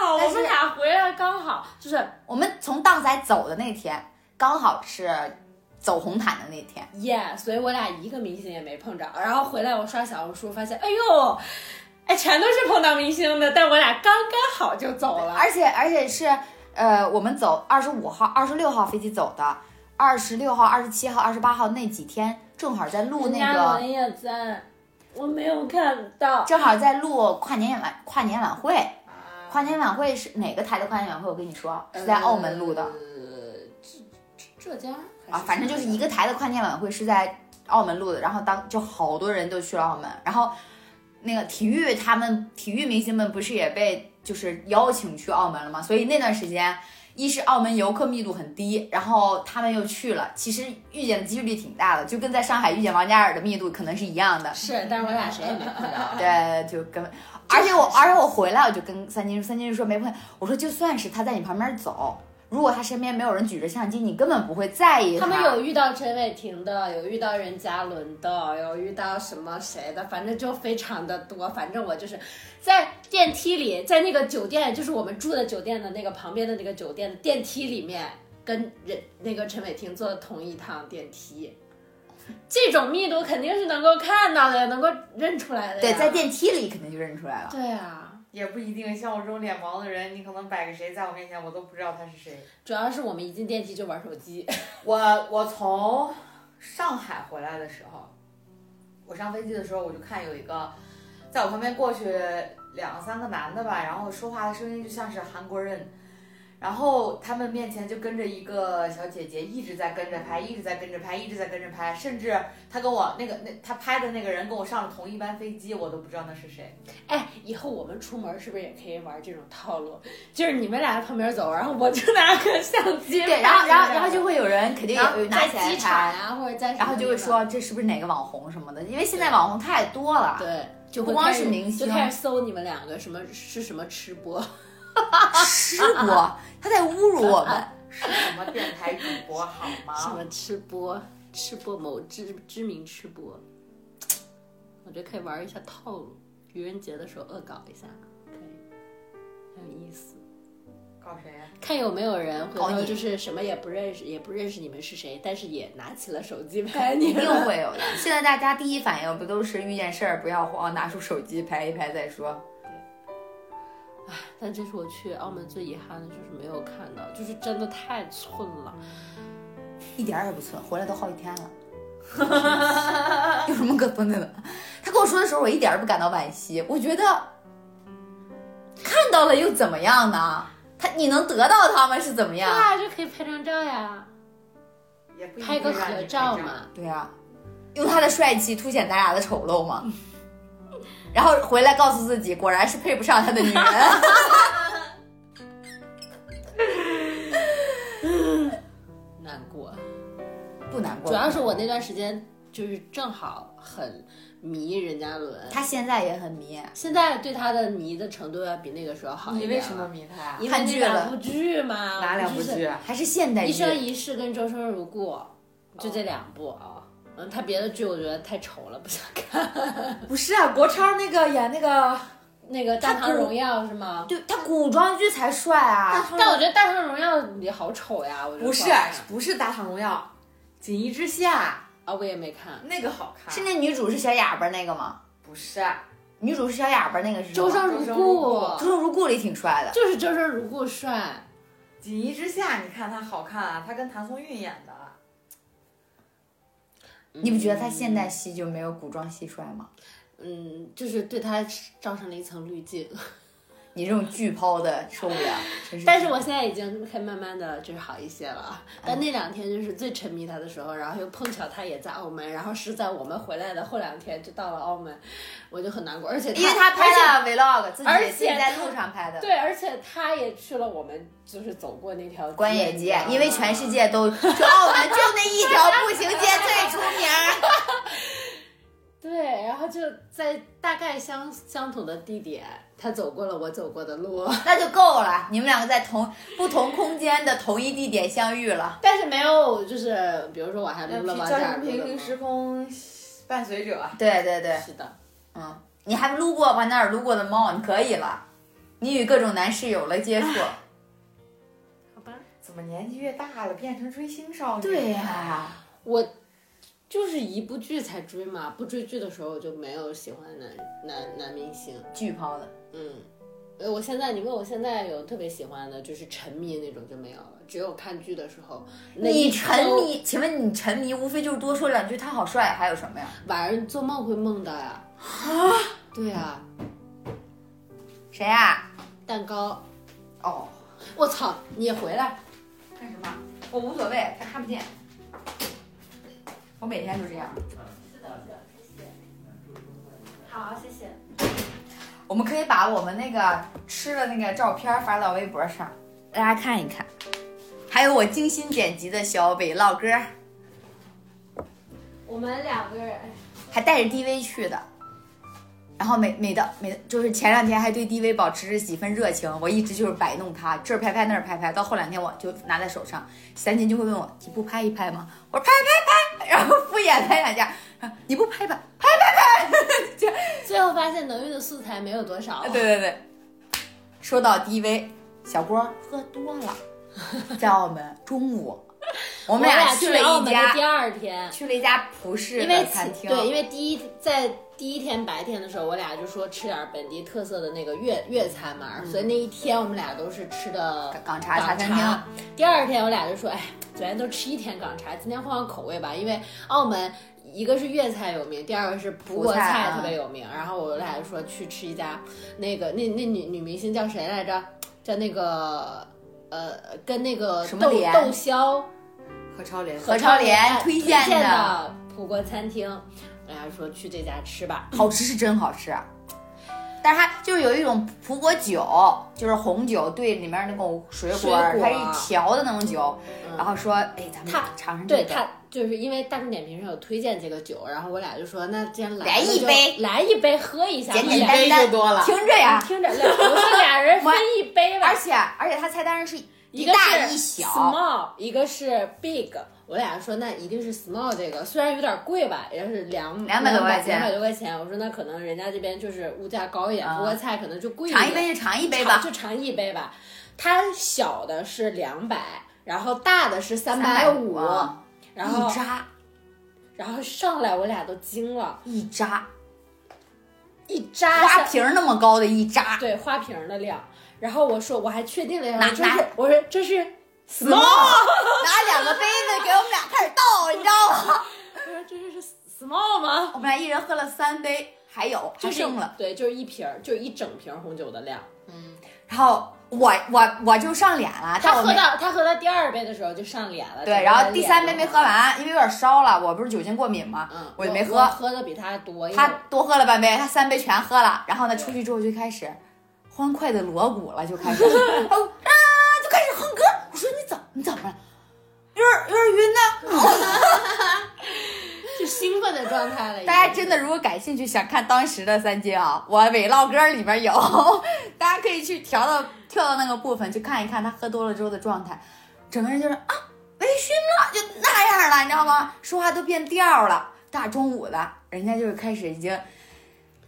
Speaker 2: 但
Speaker 3: 我
Speaker 2: 是
Speaker 3: 们俩回来刚好就是
Speaker 2: 我们从荡仔走的那天，刚好是走红毯的那天。
Speaker 3: yeah，所以我俩一个明星也没碰着。然后回来我刷小红书，发现哎呦，哎全都是碰到明星的，但我俩刚刚好就走了。
Speaker 2: 而且而且是呃，我们走二十五号、二十六号飞机走的，二十六号、二十七号、二十八号那几天正好在录
Speaker 3: 人
Speaker 2: 那
Speaker 3: 家
Speaker 2: 个，
Speaker 3: 文也在，我没有看到。
Speaker 2: 正好在录跨年晚跨年晚会。
Speaker 1: 啊
Speaker 2: 跨年晚会是哪个台的跨年晚会？我跟你说是在澳门录的
Speaker 3: 呃，浙浙江还
Speaker 2: 啊，反正就是一个台的跨年晚会是在澳门录的，然后当就好多人都去了澳门，然后那个体育他们体育明星们不是也被就是邀请去澳门了吗？所以那段时间，一是澳门游客密度很低，然后他们又去了，其实遇见的几率挺大的，就跟在上海遇见王嘉尔的密度可能是一样的。
Speaker 3: 是，但是我
Speaker 2: 嗯
Speaker 3: 俩谁也没碰着。
Speaker 2: 对，就跟，而且我，而且我回来我就跟三金说，三金说没碰见，我说就算是他在你旁边走，如果他身边没有人举着相机，你根本不会在意
Speaker 3: 他们有遇到陈伟霆的，有遇到任嘉伦的，有遇到什么谁的，反正就非常的多。反正我就是在电梯里，在那个酒店，就是我们住的酒店的那个旁边的那个酒店的电梯里面，跟人那个陈伟霆坐同一趟电梯。这种密度肯定是能够看到的，能够认出来的呀。
Speaker 2: 对，啊在电梯里肯定就认出来了。
Speaker 3: 对啊，
Speaker 1: 也不一定，像我这种脸盲的人，你可能摆个谁在我面前，我都不知道他是谁。
Speaker 3: 主要是我们一进电梯就玩手机。
Speaker 1: 我我从上海回来的时候，我上飞机的时候，我就看有一个在我旁边过去两三个男的吧，然后说话的声音就像是韩国人，然后他们面前就跟着一个小姐姐一直在跟着拍，一直在跟着拍，一直在跟着拍，甚至他跟我那个那他拍的那个人跟我上了同一班飞机，我都不知道那是谁。
Speaker 3: 哎，以后我们出门是不是也可以玩这种套路？就是你们俩在旁边走，然后我就拿个相机拍你们俩，
Speaker 2: 对，然后然后然后就会有人肯定
Speaker 3: 然后
Speaker 2: 有拿起
Speaker 3: 在
Speaker 2: 来
Speaker 3: 机场
Speaker 2: 拍，
Speaker 3: 啊，或者在什么
Speaker 2: 然后就会
Speaker 3: 地方
Speaker 2: 说这是不是哪个网红什么的，因为现在网红太多了。
Speaker 3: 对，就
Speaker 2: 不
Speaker 3: 会
Speaker 2: 光
Speaker 3: 开始
Speaker 2: 是明星
Speaker 3: 就开始搜你们两个什么是什么吃播，
Speaker 2: 吃 <laughs> 播，他在侮辱我们。 <laughs>
Speaker 1: 是什么电台主播好
Speaker 3: 什
Speaker 1: 吗？
Speaker 3: 么吃播，吃播某知知名吃播，我觉得可以玩一下套路，愚人节的时候恶搞一下，可以，很有意思。
Speaker 1: 告谁呀、
Speaker 3: 看有没有人回
Speaker 2: 搞
Speaker 3: 头
Speaker 2: 你
Speaker 3: 就是什么也不认识，也不认识你们是谁，但是也拿起了手
Speaker 1: <laughs>
Speaker 3: 机拍你
Speaker 2: 一
Speaker 3: 们。
Speaker 2: 定会有的。现在大家第一反应不都是遇见事儿不要慌，拿出手机拍一拍再说。
Speaker 3: 但这是我去澳门最遗憾的，就是没有看到，就是真的太寸了。
Speaker 2: 一点儿也不寸，回来都好几天了。 <laughs> 有什么可分的呢？他跟我说的时候，我一点儿都不感到惋惜，我觉得看到了又怎么样呢？他你能得到他们是怎么样？
Speaker 3: 啊，就可以拍张照呀，
Speaker 1: 也哎不一定
Speaker 3: 拍个
Speaker 1: 让你
Speaker 3: 合
Speaker 1: 拍
Speaker 3: 照。嘛。
Speaker 2: 对啊，用他的帅气凸显咱俩的丑陋嘛。然后回来告诉自己，果然是配不上他的女人。 <laughs>
Speaker 3: 难过，
Speaker 2: 不，不难过。
Speaker 3: 主要是我那段时间就是正好很迷任嘉伦，
Speaker 2: 他现在也很迷，
Speaker 3: 现在对他的迷的程度要比那个时候好一
Speaker 1: 你
Speaker 3: 点。
Speaker 1: 为什么？迷他呀？
Speaker 3: 因为
Speaker 2: 看
Speaker 3: 那
Speaker 2: 剧
Speaker 3: 两
Speaker 2: 了
Speaker 3: 部剧嘛，
Speaker 1: 哪两部
Speaker 3: 就是
Speaker 1: 剧啊？
Speaker 2: 还是现代
Speaker 3: 一生
Speaker 2: 剧。
Speaker 3: 一世跟周生如故，就
Speaker 2: 哦
Speaker 3: 这两部啊。嗯，他别的剧我觉得太丑了，不想看。 <laughs>
Speaker 1: 不是啊，国超那个演那个，
Speaker 3: 那个《大
Speaker 2: 他
Speaker 3: 唐
Speaker 2: 古
Speaker 3: 荣耀》是吗？
Speaker 2: 对他古装剧才帅啊！
Speaker 3: 但我觉得《大唐荣耀》也好丑呀，我觉得
Speaker 1: 不是啊
Speaker 3: 好看
Speaker 1: 不是《大唐荣耀》，《锦衣之下
Speaker 3: 啊，我也没看》。
Speaker 1: 那个好看，
Speaker 2: 是那女主是小哑巴那个吗？
Speaker 1: 不是啊？
Speaker 2: 女主是小哑巴那个是什么
Speaker 3: 周生
Speaker 1: 周生如
Speaker 3: 故
Speaker 2: 周生如故里挺帅的，
Speaker 3: 就是周生如故帅，
Speaker 1: 《锦衣之下》你看他好看啊，他跟谭松韵演的。
Speaker 2: 你不觉得他现代戏就没有古装戏帅吗？
Speaker 3: 嗯，就是对他造成了一层滤镜。
Speaker 2: 你这种剧抛的受不了，真是。
Speaker 3: 但是我现在已经开始慢慢的就是好一些了啊。
Speaker 2: 嗯
Speaker 3: 但那两天就是最沉迷他的时候，然后又碰巧他也在澳门，然后是在我们回来的后两天就到了澳门，我就很难过。而且
Speaker 2: 因为他
Speaker 3: 而
Speaker 2: 拍
Speaker 3: 且
Speaker 2: 了 vlog，自己
Speaker 3: 而且
Speaker 2: 自己在路上拍的
Speaker 3: 对，而且他也去了我们就是走过那条
Speaker 2: 关野
Speaker 3: 街
Speaker 2: 街，，因为全世界都就澳门就那一条步行街最出名儿。
Speaker 3: 对，然后就在大概相相同的地点，他走过了我走过的路， <laughs>
Speaker 2: 那就够了。你们两个在同不同空间的同一地点相遇了，
Speaker 3: 但是没有就是比如说我还录了王
Speaker 1: 叫
Speaker 3: 嘉
Speaker 1: 什
Speaker 3: 尔
Speaker 1: 么
Speaker 3: 录
Speaker 1: 平
Speaker 3: 的
Speaker 1: 行
Speaker 3: 吗
Speaker 1: 时空伴随者，啊
Speaker 2: 对对对，
Speaker 3: 是的，
Speaker 2: 嗯，你还路过往那儿路过的猫，你可以了。你与各种男士有了接触，
Speaker 3: 好吧，
Speaker 1: 怎么年纪越大了变成追星少女？
Speaker 2: 对呀、
Speaker 3: 我就是一部剧才追嘛，不追剧的时候我就没有喜欢男男男明星，
Speaker 2: 巨抛的。
Speaker 3: 嗯。呃，我现在你问我现在有特别喜欢的，就是沉迷那种就没有了，只有看剧的时候，那
Speaker 2: 你
Speaker 3: 一
Speaker 2: 沉
Speaker 3: 周
Speaker 2: 迷，请问你沉迷无非就是多说两句他好帅，还有什么呀？
Speaker 3: 晚上做梦会梦到呀，啊，对呀、
Speaker 2: 谁啊呀、
Speaker 3: 蛋糕，
Speaker 2: 哦，
Speaker 3: 我操，你回来，
Speaker 2: 干什么？我无所谓，他看不见。我每天都这样。
Speaker 5: 好，谢谢。
Speaker 2: 我们可以把我们那个吃的那个照片发到微博上，大家看一看。还有我精心剪辑的小北唠歌，
Speaker 5: 我们两个人，
Speaker 2: 还带着 DV 去的。然后每每到每就是前两天还对 DV 保持着几分热情，我一直就是摆弄他，这儿拍拍那儿拍拍，到后两天我就拿在手上，三金就会问我你不拍一拍吗？我说拍拍拍， <laughs> 然后敷衍他两下，啊你不拍吧？
Speaker 3: 最后发现能用的素材没有多少。
Speaker 2: 对对对，说到 DV，小郭喝多了，在澳门中
Speaker 3: <laughs>
Speaker 2: 午，我
Speaker 3: 我
Speaker 2: 们
Speaker 3: 俩
Speaker 2: 去
Speaker 3: 了
Speaker 2: 了
Speaker 3: 澳
Speaker 2: 一
Speaker 3: 门的
Speaker 2: 家
Speaker 3: 第二天，
Speaker 2: 去了一家葡式
Speaker 3: 因为
Speaker 2: 的
Speaker 3: 其
Speaker 2: 餐厅，
Speaker 3: 对，因为第一在第一天白天的时候，我俩就说吃点本地特色的那个粤粤餐嘛，
Speaker 2: 嗯
Speaker 3: 所以那一天我们俩都是吃的
Speaker 2: 港港茶茶餐厅。
Speaker 3: 第二天我俩就说，哎，昨天都吃一天港茶，今天换换口味吧，因为澳门。一个是粤菜有名，第二个是葡国
Speaker 2: 葡菜
Speaker 3: 菜
Speaker 2: 啊
Speaker 3: 特别有名。然后我俩就说去吃一家，那个那那女女明星叫谁来着？叫那个呃，跟那个
Speaker 2: 什么
Speaker 3: 窦
Speaker 2: 莲
Speaker 3: 窦骁
Speaker 1: 何超莲
Speaker 2: 何超莲
Speaker 3: 哎推
Speaker 2: 推荐的
Speaker 3: 的葡国餐厅，人家说去这家吃吧。
Speaker 2: 好吃是真好吃，但是它就是有一种葡国酒，就是红酒兑里面那种水果，
Speaker 3: 水果啊
Speaker 2: 它一调的那种酒，
Speaker 3: 嗯
Speaker 2: 然后说，哎，咱们
Speaker 3: 它
Speaker 2: 尝尝这
Speaker 3: 对
Speaker 2: 个，
Speaker 3: 他就是因为大众点评上有推荐这个酒，然后我俩就说那既然来
Speaker 2: 来
Speaker 3: 了
Speaker 2: 一
Speaker 3: 就
Speaker 2: 杯
Speaker 3: 来一杯喝一下吧，
Speaker 2: 简简
Speaker 3: 俩
Speaker 2: 单单
Speaker 1: 就多了
Speaker 2: 听着呀，
Speaker 3: 听着，俩我们俩人分一杯吧
Speaker 2: 而，且而且它菜单上是
Speaker 3: 一
Speaker 2: 一
Speaker 3: 个
Speaker 2: 大
Speaker 3: 是
Speaker 2: 一小
Speaker 3: small，一个是 big。我俩说那一定是 small 这个，虽然有点贵吧，也是两
Speaker 2: 200多块钱
Speaker 3: 两百多块钱。我说那可能人家这边就是物价高一点，
Speaker 2: 啊
Speaker 3: 不过菜可能就贵一点。
Speaker 2: 尝一杯就尝一杯
Speaker 3: 尝
Speaker 2: 吧，
Speaker 3: 就尝一杯吧。它小的是两百，然后大的是三五，哦嗯
Speaker 2: 啊
Speaker 3: 然后
Speaker 2: 一扎
Speaker 3: 然后上来我俩都惊了，
Speaker 2: 一扎，
Speaker 3: 一扎
Speaker 2: 花
Speaker 3: 下
Speaker 2: 瓶儿那么高的一
Speaker 3: <laughs>
Speaker 2: 扎，
Speaker 3: 对花瓶儿的量。然后我说我还确定了一
Speaker 2: 拿
Speaker 3: 下，这
Speaker 2: 拿
Speaker 3: 是我说这是 small，
Speaker 2: 拿两个杯子给我们俩开始倒，你知道
Speaker 3: <laughs>
Speaker 2: 吗？
Speaker 3: 我说 <laughs> 这是 small 吗？
Speaker 2: 我们俩一人喝了三杯，还有还
Speaker 3: 就
Speaker 2: 剩了。，
Speaker 3: 对，就是一瓶儿，就是一整瓶儿红酒的量。
Speaker 2: 然后我我我就上脸了，但
Speaker 3: 他
Speaker 2: 我
Speaker 3: 喝
Speaker 2: 没
Speaker 3: 到他喝到第二杯的时候就上脸了，
Speaker 2: 对，
Speaker 3: 整
Speaker 2: 然
Speaker 3: 个
Speaker 2: 后第
Speaker 3: 脸
Speaker 2: 三
Speaker 3: 了
Speaker 2: 杯没喝，完，因为有点烧了，我不是酒精过敏嘛，
Speaker 3: 嗯，
Speaker 2: 我也没
Speaker 3: 我
Speaker 2: 喝，
Speaker 3: 喝的比他多，因为
Speaker 2: 他
Speaker 3: 我
Speaker 2: 多喝了半杯，他三杯全喝了，然后呢，
Speaker 3: 对
Speaker 2: 出去之后就开始欢快的锣鼓了，就开始 <laughs> 哦啊，就开始哼歌。我说你怎么你怎么了？有点有点晕呢、
Speaker 3: <laughs>
Speaker 2: 真的如果感兴趣，想看当时的三金啊，我伪唠歌里面有， <laughs> 大家可以去调到跳到那个部分去看一看他喝多了之后的状态，整个人就是啊微醺了，就那样了，你知道吗？说话都变调了，大中午的，人家就是开始已经，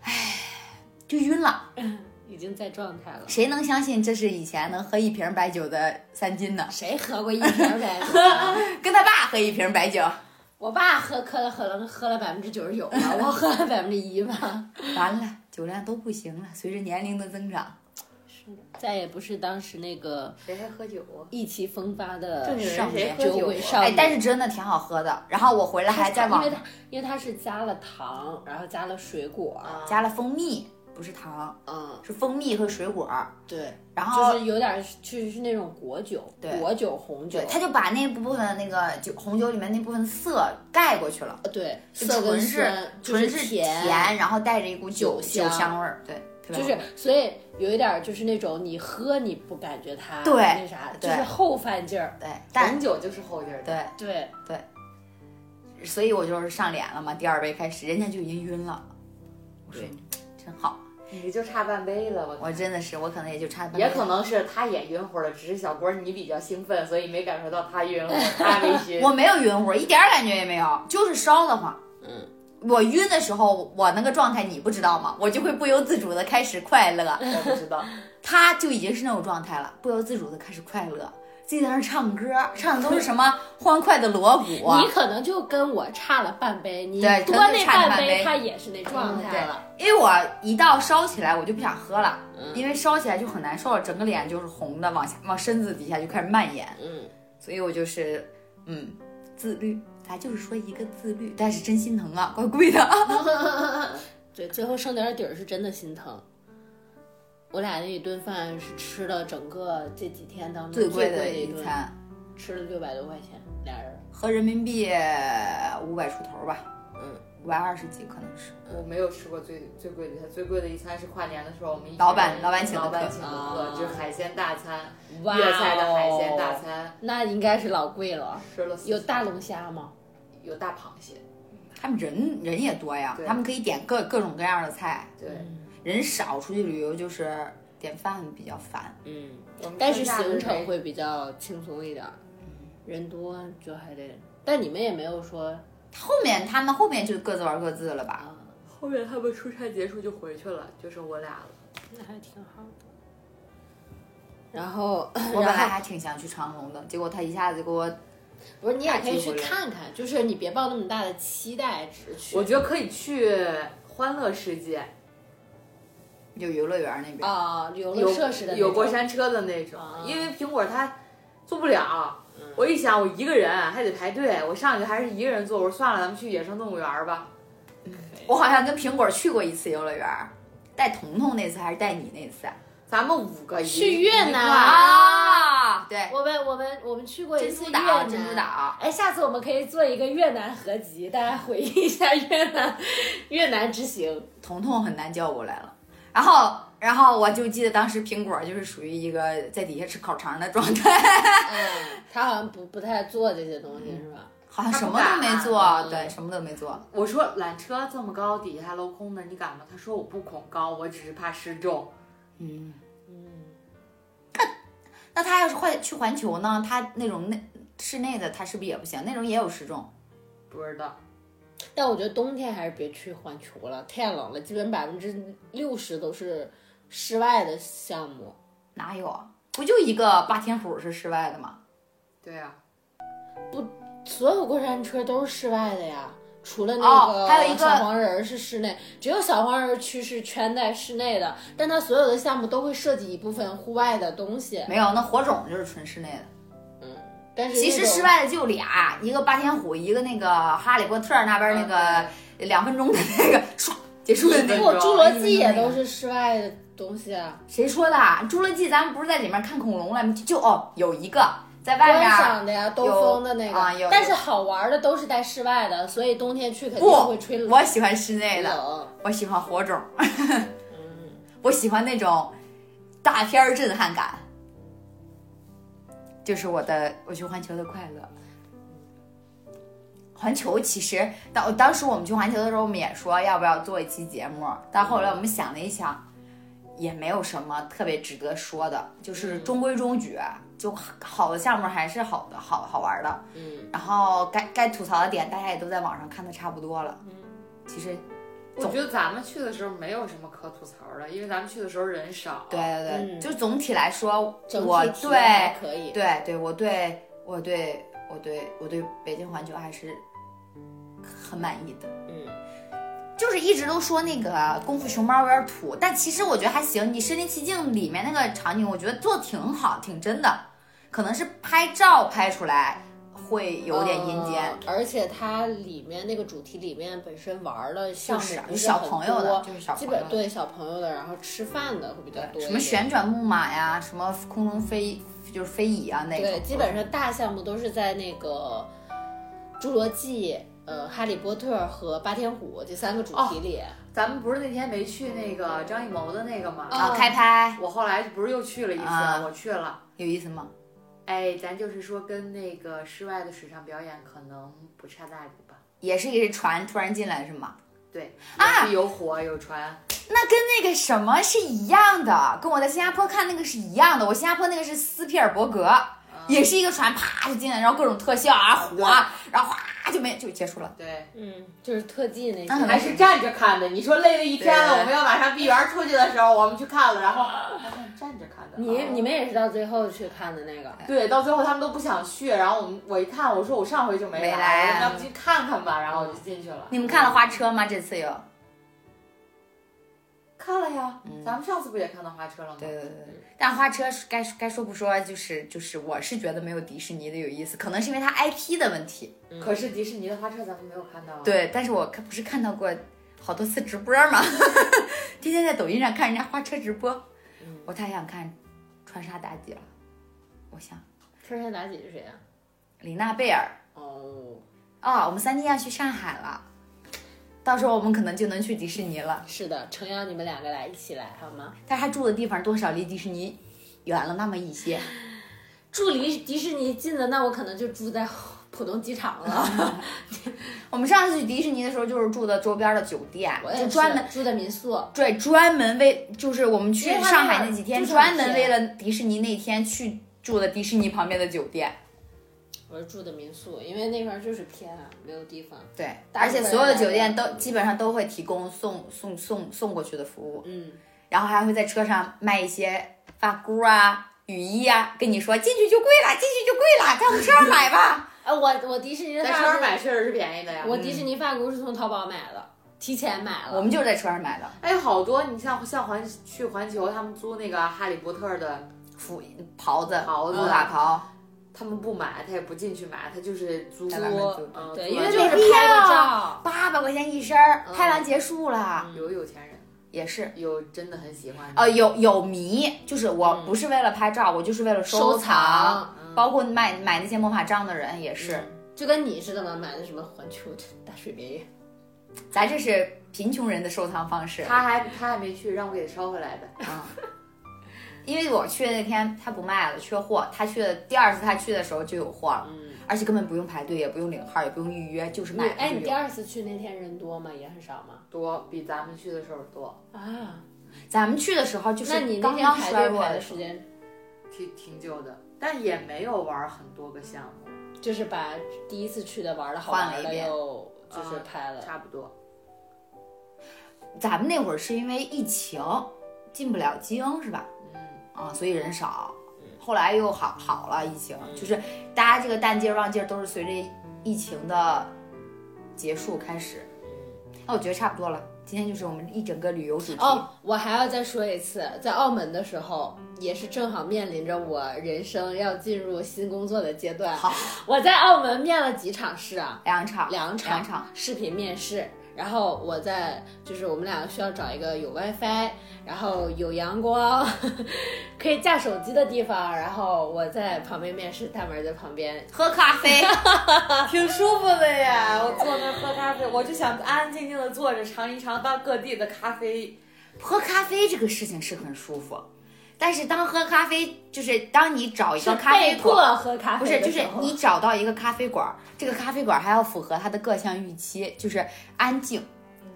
Speaker 2: 唉，就晕了。
Speaker 3: 已经在状态了。
Speaker 2: 谁能相信这是以前能喝一瓶白酒的三金呢？
Speaker 3: <laughs>
Speaker 2: <laughs>
Speaker 3: 谁喝过一瓶白酒？啊
Speaker 2: 跟他爸喝一瓶白酒，
Speaker 3: <laughs> 我爸喝可了可能喝了百分之九十九吧，我喝了百分之一吧。
Speaker 2: 完了酒量都不行了，随着年龄的增长，
Speaker 3: 再也不是当时那个
Speaker 1: 谁还喝酒啊？
Speaker 3: 意气风发的
Speaker 1: 女
Speaker 2: 少
Speaker 1: 人谁
Speaker 2: 年
Speaker 1: 喝
Speaker 3: 酒
Speaker 1: 酒
Speaker 3: 鬼
Speaker 1: 啊？
Speaker 3: 少女。
Speaker 2: 哎，但是真的挺好喝的。然后我回来还在
Speaker 3: 因
Speaker 2: 网
Speaker 3: 为它因为它是加了糖，然后加了水果，
Speaker 2: 啊
Speaker 1: 啊
Speaker 2: 加了蜂蜜，不是糖，
Speaker 3: 嗯，
Speaker 2: 是蜂蜜和水果。
Speaker 3: 对，
Speaker 2: 然后、
Speaker 3: 就是有点儿就是是那种果酒
Speaker 2: 对、
Speaker 3: 果酒、红酒
Speaker 2: 对，，他就把那部分那个酒红酒里面那部分涩盖过去了，
Speaker 3: 对，
Speaker 2: 就
Speaker 3: 色
Speaker 2: 纯
Speaker 3: 跟
Speaker 2: 是
Speaker 3: 酸就
Speaker 2: 纯
Speaker 3: 是
Speaker 2: 甜，然后带着一股酒
Speaker 3: 酒香
Speaker 2: 香味儿，对，特别
Speaker 3: 就
Speaker 2: 好
Speaker 3: 是，所以有一点儿就是那种你喝你不感觉它
Speaker 2: 对
Speaker 3: 那啥，就
Speaker 2: 对
Speaker 3: 是后饭劲儿。
Speaker 2: 对，但
Speaker 1: 红酒就是后劲儿的。
Speaker 2: 对。
Speaker 3: 对，
Speaker 2: 所以我就是上脸了嘛，第二杯开始，人家就已经晕了。我说真好，
Speaker 1: 你就差半杯了，我
Speaker 2: 我真的是，我可能也就差半
Speaker 1: 也
Speaker 2: 杯
Speaker 1: 可能是他也晕乎了，只是小郭儿你比较兴奋，所以没感受到他晕乎，他没 <laughs> 晕。
Speaker 2: 我没有晕乎，一点儿感觉也没有，就是烧得慌。
Speaker 3: 嗯，
Speaker 2: 我晕的时候，我那个状态你不知道吗？我就会不由自主的开始快乐，
Speaker 1: 我不知道，
Speaker 2: 他就已经是那种状态了，不由自主的开始快乐，自己在那儿唱歌，唱的都是什么欢快的锣鼓。啊
Speaker 3: 你可能就跟我差了半杯，你
Speaker 2: 对
Speaker 3: 多
Speaker 2: 可能就
Speaker 3: 那
Speaker 2: 差了半杯嗯
Speaker 3: 杯，它也是那状态了。
Speaker 2: 因为我一到烧起来，我就不想喝了，
Speaker 3: 嗯
Speaker 2: 因为烧起来就很难受了，整个脸就是红的，往下往身子底下就开始蔓延。
Speaker 3: 嗯，
Speaker 2: 所以我就是，嗯，自律，咱就是说一个自律，但是真心疼啊，怪贵的。
Speaker 3: 对，最后剩点底儿是真的心疼。我俩那一顿饭是吃了整个这几天当中
Speaker 2: 最
Speaker 3: 最
Speaker 2: 贵
Speaker 3: 贵
Speaker 2: 的
Speaker 3: 一
Speaker 2: 一
Speaker 3: 顿，
Speaker 2: 餐
Speaker 3: 吃了六百多块钱，俩人。
Speaker 2: 合人民币五百出头吧，
Speaker 3: 嗯，
Speaker 2: 五百二十几可能是。
Speaker 1: 我没有吃过最最贵的一餐，最贵的一餐是跨年的时候我们一群
Speaker 2: 老板
Speaker 1: 人
Speaker 2: 老板请的
Speaker 1: 老板
Speaker 2: 客
Speaker 1: 请的
Speaker 3: 啊
Speaker 1: 客，就是海鲜大餐，
Speaker 3: 哇、哦
Speaker 1: 粤菜的海鲜大，餐，
Speaker 3: 那应该是老贵了。
Speaker 1: 吃了四
Speaker 3: 有大龙虾吗？
Speaker 1: 有大螃蟹，
Speaker 2: 他们人人也多呀，
Speaker 1: 对
Speaker 2: 他们可以点各各种各样的菜，
Speaker 1: 对，
Speaker 3: 嗯
Speaker 2: 人少出去旅游就是点饭比较烦。
Speaker 3: 嗯，
Speaker 1: 我们
Speaker 3: 但是
Speaker 1: 三大人
Speaker 3: 行程会比较轻松一点儿，人多就还得。但你们也没有说
Speaker 2: 后面他们后面就各自玩各自了吧，
Speaker 3: 啊，
Speaker 1: 后面他们出差结束就回去了，就剩我俩了。
Speaker 3: 那还挺好的。然后，
Speaker 2: 我本
Speaker 3: 然
Speaker 2: 来
Speaker 3: 后
Speaker 2: 还挺想去长隆的，结果他一下子给我
Speaker 3: 不是你也可
Speaker 2: 打
Speaker 3: 以去
Speaker 2: 击回来
Speaker 3: 看看，就是你别抱那么大的期待值去。
Speaker 1: 我觉得可以去欢乐世界，
Speaker 2: 就游乐园那边。
Speaker 3: 啊，游乐
Speaker 1: 有
Speaker 3: 设施的那
Speaker 1: 有过
Speaker 3: 种
Speaker 1: 山车的那种
Speaker 3: 啊，嗯
Speaker 1: 因为苹果它坐不了。我一想，我一个人还得排队，我上去还是一个人坐。我说算了，咱们去野生动物园吧。
Speaker 2: 我好像跟苹果去过一次游乐园儿，带彤彤那次还是带你那次啊
Speaker 1: 咱们五个一
Speaker 3: 去越南
Speaker 2: 啊？对，
Speaker 3: 我们我们我们去哦过一
Speaker 2: 珍
Speaker 3: 次
Speaker 2: 珠
Speaker 3: 越
Speaker 2: 岛，
Speaker 3: 南，
Speaker 2: 珍珠岛。
Speaker 3: 哎，下次我们可以做一个越南合集，大家回忆一下越南越南之行。
Speaker 2: 彤彤很难叫过来了。然后，然后我就记得当时苹果就是属于一个在底下吃烤肠的状态， <laughs>
Speaker 3: 嗯，他好像不不太做这些东西，是吧？
Speaker 2: 好像什么
Speaker 1: 他
Speaker 2: 都
Speaker 1: 不
Speaker 2: 没
Speaker 1: 敢啊嗯
Speaker 2: 做，对，什么都没做。
Speaker 1: 我说缆车这么高，底下还镂空的，你敢吗？他说我不恐高，我只是怕失重。
Speaker 2: 嗯，
Speaker 3: 嗯，
Speaker 2: 那他要是换去环球呢？他那种内室内的，他是不是也不行？那种也有失重。
Speaker 1: 不知道，
Speaker 3: 但我觉得冬天还是别去环球了，太冷了，基本百分之六十都是室外的项目。
Speaker 2: 哪有啊？不就一个霸天虎是室外的吗？
Speaker 1: 对啊，
Speaker 3: 所有过山车都是室外的呀，除了那
Speaker 2: 哦还有一个
Speaker 3: 小黄人儿是室内，只有小黄人儿区是圈在室内的，但它所有的项目都会涉及一部分户外的东西。
Speaker 2: 没有，那火种就是纯室内的。
Speaker 3: 但是
Speaker 2: 其实
Speaker 3: 那种
Speaker 2: 室外的就俩，一个霸天虎，一个那个哈利波特那边
Speaker 1: 嗯
Speaker 2: 那个两分钟的那个唰结束的那
Speaker 3: 不
Speaker 2: 个。，
Speaker 3: 侏罗纪也都是室外的东西啊，
Speaker 2: 谁说的？侏罗纪咱们不是在里面看恐龙了吗？就哦，有一个在外
Speaker 3: 观
Speaker 2: 面啊
Speaker 3: 赏
Speaker 2: 儿。
Speaker 3: 的呀，兜风的那
Speaker 2: 有啊有
Speaker 3: 个，但是好玩的都是在室外的，所以冬天去肯定
Speaker 2: 不
Speaker 3: 会吹，冷。嗯
Speaker 2: 我喜欢室内的，我喜欢火种，我喜欢那种大片儿震撼感，就是我的我去环球的快乐。环球其实当当时我们去环球的时候，我们也说要不要做一期节目，但后来我们想了一想，也没有什么特别值得说的，就是中规中矩，就好的项目还是好的，好好玩的。
Speaker 3: 嗯，
Speaker 2: 然后该该吐槽的点，大家也都在网上看的差不多了。嗯，其实
Speaker 4: 我觉得咱们去的时候没有什么可吐槽的，因为咱们去的时候人少。
Speaker 2: 对，对对，
Speaker 3: 嗯
Speaker 2: 就总体来说，
Speaker 3: 整
Speaker 2: 我
Speaker 3: 体体验
Speaker 2: 对
Speaker 3: 还可以，
Speaker 2: 对对，我对我对我对我对北京环球还是很满意的。
Speaker 3: 嗯，
Speaker 2: 就是一直都说那个功夫熊猫有点土，但其实我觉得还行。你身临其境里面那个场景，我觉得做得挺好，挺真的。可能是拍照拍出来会有点阴间，
Speaker 3: 呃而且它里面那个主题里面本身玩的项
Speaker 2: 就
Speaker 3: 目
Speaker 2: 是有
Speaker 3: 不是
Speaker 2: 小
Speaker 3: 很
Speaker 2: 朋友的，
Speaker 3: 多
Speaker 2: 就是小朋
Speaker 3: 基
Speaker 2: 友的
Speaker 3: 本对小朋友的，然后吃饭的会比较多一点，
Speaker 2: 什么旋转木马呀，什么空中飞就是飞椅啊那种。
Speaker 3: 对，基本上大项目都是在那个《侏罗纪》、呃《哈利波特》和《霸天虎》这三个主题里。
Speaker 4: 咱们不是那天没去那个张艺谋的那个吗？
Speaker 2: 啊开拍
Speaker 4: 我后来不是又去了一次，
Speaker 2: 啊
Speaker 4: 我去了。
Speaker 2: 有意思吗？
Speaker 4: 哎，咱就是说跟那个室外的水上表演可能不差大离吧。
Speaker 2: 也是一只船突然进来是吗？
Speaker 4: 对，
Speaker 2: 啊
Speaker 4: 也是有火有船，
Speaker 2: 那跟那个什么是一样的，跟我在新加坡看那个是一样的。我新加坡那个是斯皮尔伯格，也是一个船啪就进来，然后各种特效啊火啊，然后哗就没就结束了。
Speaker 4: 对，
Speaker 3: 嗯，就是特技那些，
Speaker 2: 嗯
Speaker 4: 还是站着看的。你说累了一天了，
Speaker 2: 对啊
Speaker 4: 我们要马上闭园出去的时候，我们去看了，然后发现站着看的。啊
Speaker 3: 你你们也是到最后去看的那个，
Speaker 4: 对，到最后他们都不想去，然后我们我一看，我说我上回就没
Speaker 2: 没
Speaker 4: 来，
Speaker 2: 来嗯
Speaker 4: 要不去看看吧，然后我就进去了。
Speaker 2: 你们看了花车吗？这次有？
Speaker 4: 看了呀，
Speaker 2: 嗯
Speaker 4: 咱们上次不也看到花车了吗？
Speaker 2: 对对对。呃但花车是该该说不说，就是就是我是觉得没有迪士尼的有意思，可能是因为它 IP 的问题。
Speaker 4: 嗯可是迪士尼的花车咱们没有看到啊。，
Speaker 2: 对，但是我看不是看到过好多次直播吗？ <laughs> 天天在抖音上看人家花车直播，
Speaker 3: 嗯
Speaker 2: 我太想看川沙妲己了。我想
Speaker 3: 春山妲己是谁啊？
Speaker 2: 李娜贝尔
Speaker 3: 哦，
Speaker 2: 啊、我们三天要去上海了，到时候我们可能就能去迪士尼了。
Speaker 3: 是的，诚邀你们两个来一起来好吗？
Speaker 2: 但是他住的地方多少离迪士尼远了那么一些。
Speaker 3: 住离迪士尼近的，那我可能就住在浦东机场了。
Speaker 2: 我们上次去迪士尼的时候，就是住的周边的酒店
Speaker 3: 我，也
Speaker 2: 就是专门。
Speaker 3: 住的民宿，
Speaker 2: 对，专门为就是我们去
Speaker 3: 因为他
Speaker 2: 上
Speaker 3: 那
Speaker 2: 海
Speaker 3: 儿
Speaker 2: 那几天，
Speaker 3: 就是
Speaker 2: 专
Speaker 3: 很
Speaker 2: 门为
Speaker 3: 便宜
Speaker 2: 了迪士尼那天去住的迪士尼旁边的酒店。
Speaker 3: 我是住的民宿，因为那边就是偏啊，没有地方。
Speaker 2: 对，
Speaker 3: 大
Speaker 2: 而
Speaker 3: 部
Speaker 2: 且
Speaker 3: 分
Speaker 2: 所有的
Speaker 3: 人
Speaker 2: 酒
Speaker 3: 来
Speaker 2: 店
Speaker 3: 的
Speaker 2: 都基本上都会提供送送送送过去的服务，
Speaker 3: 嗯，
Speaker 2: 然后还会在车上卖一些发箍啊、雨衣啊，跟你说进去就贵了，进去就贵了，在我们车上买
Speaker 3: <laughs>
Speaker 2: 吧。
Speaker 3: 哎、我我迪士尼的
Speaker 4: 在
Speaker 3: 发
Speaker 4: 车上
Speaker 3: 箍
Speaker 4: 买确实是便宜的呀。嗯
Speaker 3: 我迪士尼发箍是从淘宝买的，提前买了。
Speaker 2: 我们就是在车上买的，
Speaker 4: 哎，好多你像像环去环球，他们租那个《哈利波特》的，
Speaker 2: 服
Speaker 3: 嗯
Speaker 2: 袍子、
Speaker 4: 袍子
Speaker 2: 魔法袍，
Speaker 4: 他们不买，他也不进去买，他就是租。
Speaker 2: 在外面租
Speaker 4: 嗯，
Speaker 3: 哦对，
Speaker 4: 租
Speaker 3: 因
Speaker 4: 完
Speaker 3: 为
Speaker 4: 就
Speaker 3: 没
Speaker 4: 是
Speaker 3: 必
Speaker 2: 拍个
Speaker 3: 要。
Speaker 2: 八百块钱一身儿，
Speaker 3: 嗯
Speaker 2: 拍完结束了，
Speaker 4: 有有钱人，
Speaker 2: 也是。
Speaker 4: 有真的很喜欢的。
Speaker 2: 呃，有有迷，就是我不是为了拍照，我就是为了
Speaker 3: 嗯收
Speaker 2: 藏
Speaker 3: 藏，嗯
Speaker 2: 包括买买那些魔法杖的人也是，
Speaker 3: 就跟你似的嘛，买的什么环球大水杯，
Speaker 2: 咱这是贫穷人的收藏方式。
Speaker 4: 他还他还没去，让我给他捎回来的。
Speaker 2: 啊，因为我去的那天他不卖了，缺货。他去的第二次他去的时候就有货了，
Speaker 3: 嗯
Speaker 2: 而且根本不用排队，也不用领号，也不用预约，就是
Speaker 3: 你
Speaker 2: 买了
Speaker 3: 哎，
Speaker 2: 就
Speaker 3: 你第
Speaker 2: 有
Speaker 3: 二次去那天人多吗？也很少吗？
Speaker 4: 多比咱们去的时候多，
Speaker 3: 啊，
Speaker 2: 咱们去的时候就是
Speaker 3: 那你那
Speaker 2: 刚
Speaker 3: 天
Speaker 2: 刚
Speaker 3: 排
Speaker 2: 衰
Speaker 3: 队
Speaker 2: 弱
Speaker 3: 排的
Speaker 2: 时
Speaker 3: 时间，
Speaker 4: 挺挺久的，但也没有玩很多个项目，
Speaker 3: 就是把第一次去的玩的好玩
Speaker 2: 换了一
Speaker 3: 的
Speaker 2: 遍
Speaker 3: 又就是拍了。
Speaker 4: 差不多。
Speaker 2: 候，咱们那会儿是因为疫情进不了京是吧？
Speaker 4: 嗯，
Speaker 2: 啊，所以人少。
Speaker 3: 嗯
Speaker 2: 后来又好好了，疫情就是大家这个淡劲儿旺劲儿都是随着疫情的结束开始。那我觉得差不多了，今天就是我们一整个旅游主题。
Speaker 3: 嗯哦，我还要再说一次，在澳门的时候，也是正好面临着我人生要进入新工作的阶段。
Speaker 2: 好，
Speaker 3: 我在澳门面了几场试啊，
Speaker 2: 两场，
Speaker 3: 两场，
Speaker 2: 两场
Speaker 3: 视频面试。然后我在就是我们两个需要找一个有 WiFi，然后有阳光， <laughs> 可以架手机的地方。然后我在旁边面试，大门在旁边。
Speaker 2: 喝咖
Speaker 5: <laughs>
Speaker 2: 啡。
Speaker 4: 挺舒服的呀，我坐那儿喝咖啡，我就想安安静静的坐着尝一尝到各地的咖啡。
Speaker 2: 喝咖啡这个事情是很舒服，但是当喝咖啡，就是当你找一
Speaker 3: 呃
Speaker 2: 个咖啡
Speaker 5: 被迫
Speaker 2: 馆，
Speaker 5: 喝咖啡，
Speaker 2: 不是，就是你。找到一个咖啡馆，这个咖啡馆还要符合它的各项预期，就是安静，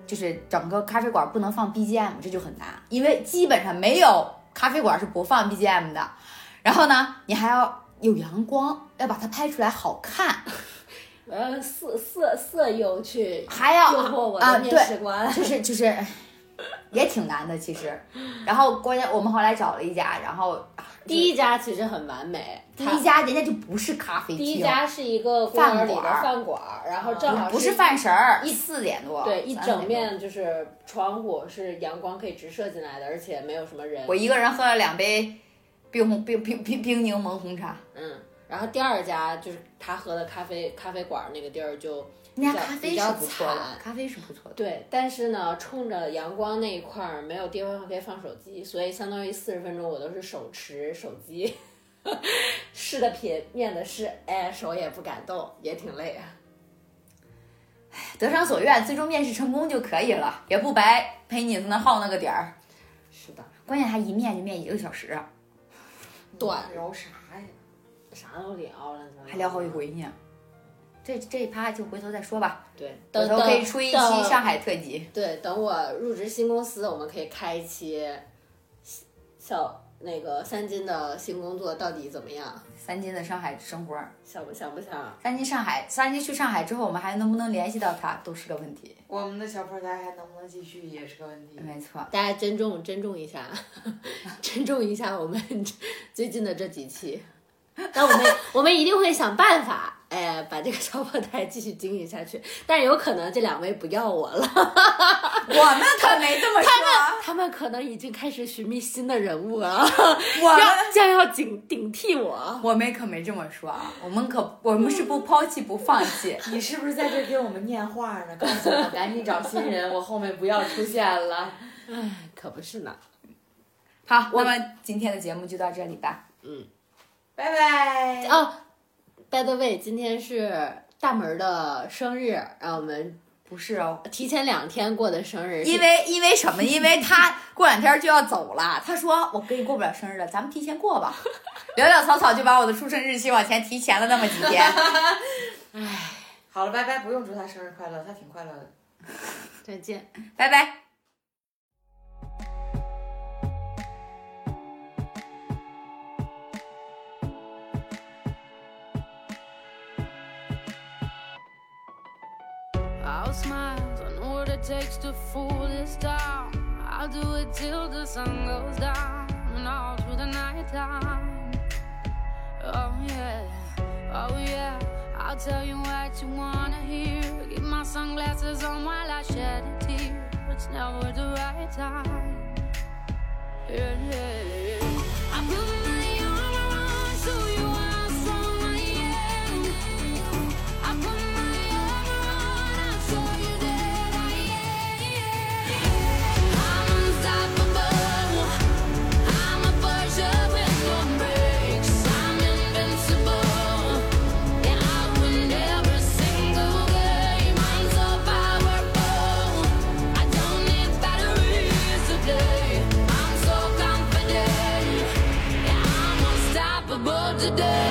Speaker 2: 就是整个咖啡馆不能放 BGM，这就很难，因为基本上没有咖啡馆是不放 BGM 的。然后呢，你还要有阳光，要把它拍出来好看，
Speaker 5: 呃，色色色诱去诱
Speaker 2: 还要
Speaker 5: 惑我
Speaker 2: 啊
Speaker 5: 的
Speaker 2: 对
Speaker 5: 面试官，
Speaker 2: 就是就是，也挺难的其实。然后关键我们后来找了一家，然后
Speaker 3: 第一家其实很完美，
Speaker 2: 第
Speaker 3: 它
Speaker 2: 一家人家就不是咖啡厅，
Speaker 3: 第一家是一个公园里的饭馆儿，然后正好
Speaker 2: 啊不是
Speaker 3: 是
Speaker 2: 饭神儿，一四点多，
Speaker 3: 对，一
Speaker 2: 三点
Speaker 3: 整
Speaker 2: 多。
Speaker 3: 面就是窗户是阳光可以直射进来的，而且没有什么人
Speaker 2: 我。一个人喝了两杯冰红冰冰冰冰柠檬红茶，
Speaker 3: 嗯，然后第二家就是他喝的咖啡咖啡馆儿那个地儿就
Speaker 2: 那
Speaker 3: 比
Speaker 2: 家
Speaker 3: 较
Speaker 2: 咖啡
Speaker 3: 比
Speaker 2: 是
Speaker 3: 较
Speaker 2: 不错的
Speaker 3: 惨，
Speaker 2: 咖啡是不错的。
Speaker 3: 对，但是呢，冲着阳光那一块儿没有地方可以放手机，所以相当于四十分钟我都是手持手机， <laughs> 试的品，面的试，哎，手也不敢动，也挺累。啊
Speaker 2: 得偿所愿，最终面试成功就可以了，也不白陪你在那耗那个点儿。
Speaker 3: 是的，
Speaker 2: 关键他一面就面一个小时，啊
Speaker 3: 短
Speaker 1: 聊啥呀？
Speaker 3: 啥都聊了，
Speaker 2: 还聊好几。回呢。
Speaker 3: 嗯
Speaker 2: 这这一趴就回头再说吧，
Speaker 3: 对，
Speaker 2: 回
Speaker 3: 等
Speaker 2: 头
Speaker 3: 等
Speaker 2: 可以出一期
Speaker 3: 呃等
Speaker 2: 上海特辑。
Speaker 3: 对，等我入职新公司，我们可以开一期小那个三金的新工作到底怎么样？
Speaker 2: 三金的上海生活，
Speaker 3: 想不想不想？
Speaker 2: 三金上海，三金去上海之后，我们还能不能联系到他，都是个问题。
Speaker 1: 我们的小破台还能不能继续也是个问题。
Speaker 2: 没错，
Speaker 3: 大家珍重，珍重一下， <laughs> 珍重一下我们 <laughs> 最近的这几期。但我们我们一定会想办法，哎，把这个小破台继续经营下去。但有可能这两位不要我
Speaker 2: <laughs>
Speaker 3: 了，
Speaker 2: 我们可没这么说，啊
Speaker 3: 他们可能已经开始寻觅新的人物了， <laughs>
Speaker 2: 我们
Speaker 3: 要将要顶顶替我。
Speaker 2: 我们可没这么说啊，我们可我们是不抛弃不放弃。
Speaker 1: 你是不是在这给我们念话
Speaker 4: <laughs>
Speaker 1: 呢？告诉我赶紧找新人，我后面不要出现了。
Speaker 3: 可不是呢，
Speaker 2: <laughs> 好，那么今天的节目就到这里吧。
Speaker 1: 拜拜。
Speaker 3: 哦，by the way，今天是大门儿的生日，让我们
Speaker 2: 不是哦，
Speaker 3: 提前两天过的生日，
Speaker 2: 因为因为什么？因为他过两天就要走了，他说我跟你过不了生日了，咱们提前过吧。 <laughs> 潦潦草草就把我的出生日期往前提前了那么几天。 <laughs>
Speaker 1: 好了，拜拜，不用祝他生日快乐，他挺快乐的。
Speaker 3: 再见。
Speaker 2: 拜拜。
Speaker 6: I'll smile, I know what it takes to fool this town. I'll do it till the sun goes down and all through the night time. Oh yeah, oh yeah, I'll tell you what you wanna hear. Keep my sunglasses on while I shed a tear. It's never the right time. Yeah, yeah, yeah. I'm moving in the arm around, so you are someone, yeah. I put my arm around, I show you that I am. I'm unstoppable. I'm a fighter when one breaks. I'm invincible, and I win every single game. I'm so powerful. I don't need batteries today. I'm so confident, I'm unstoppable today.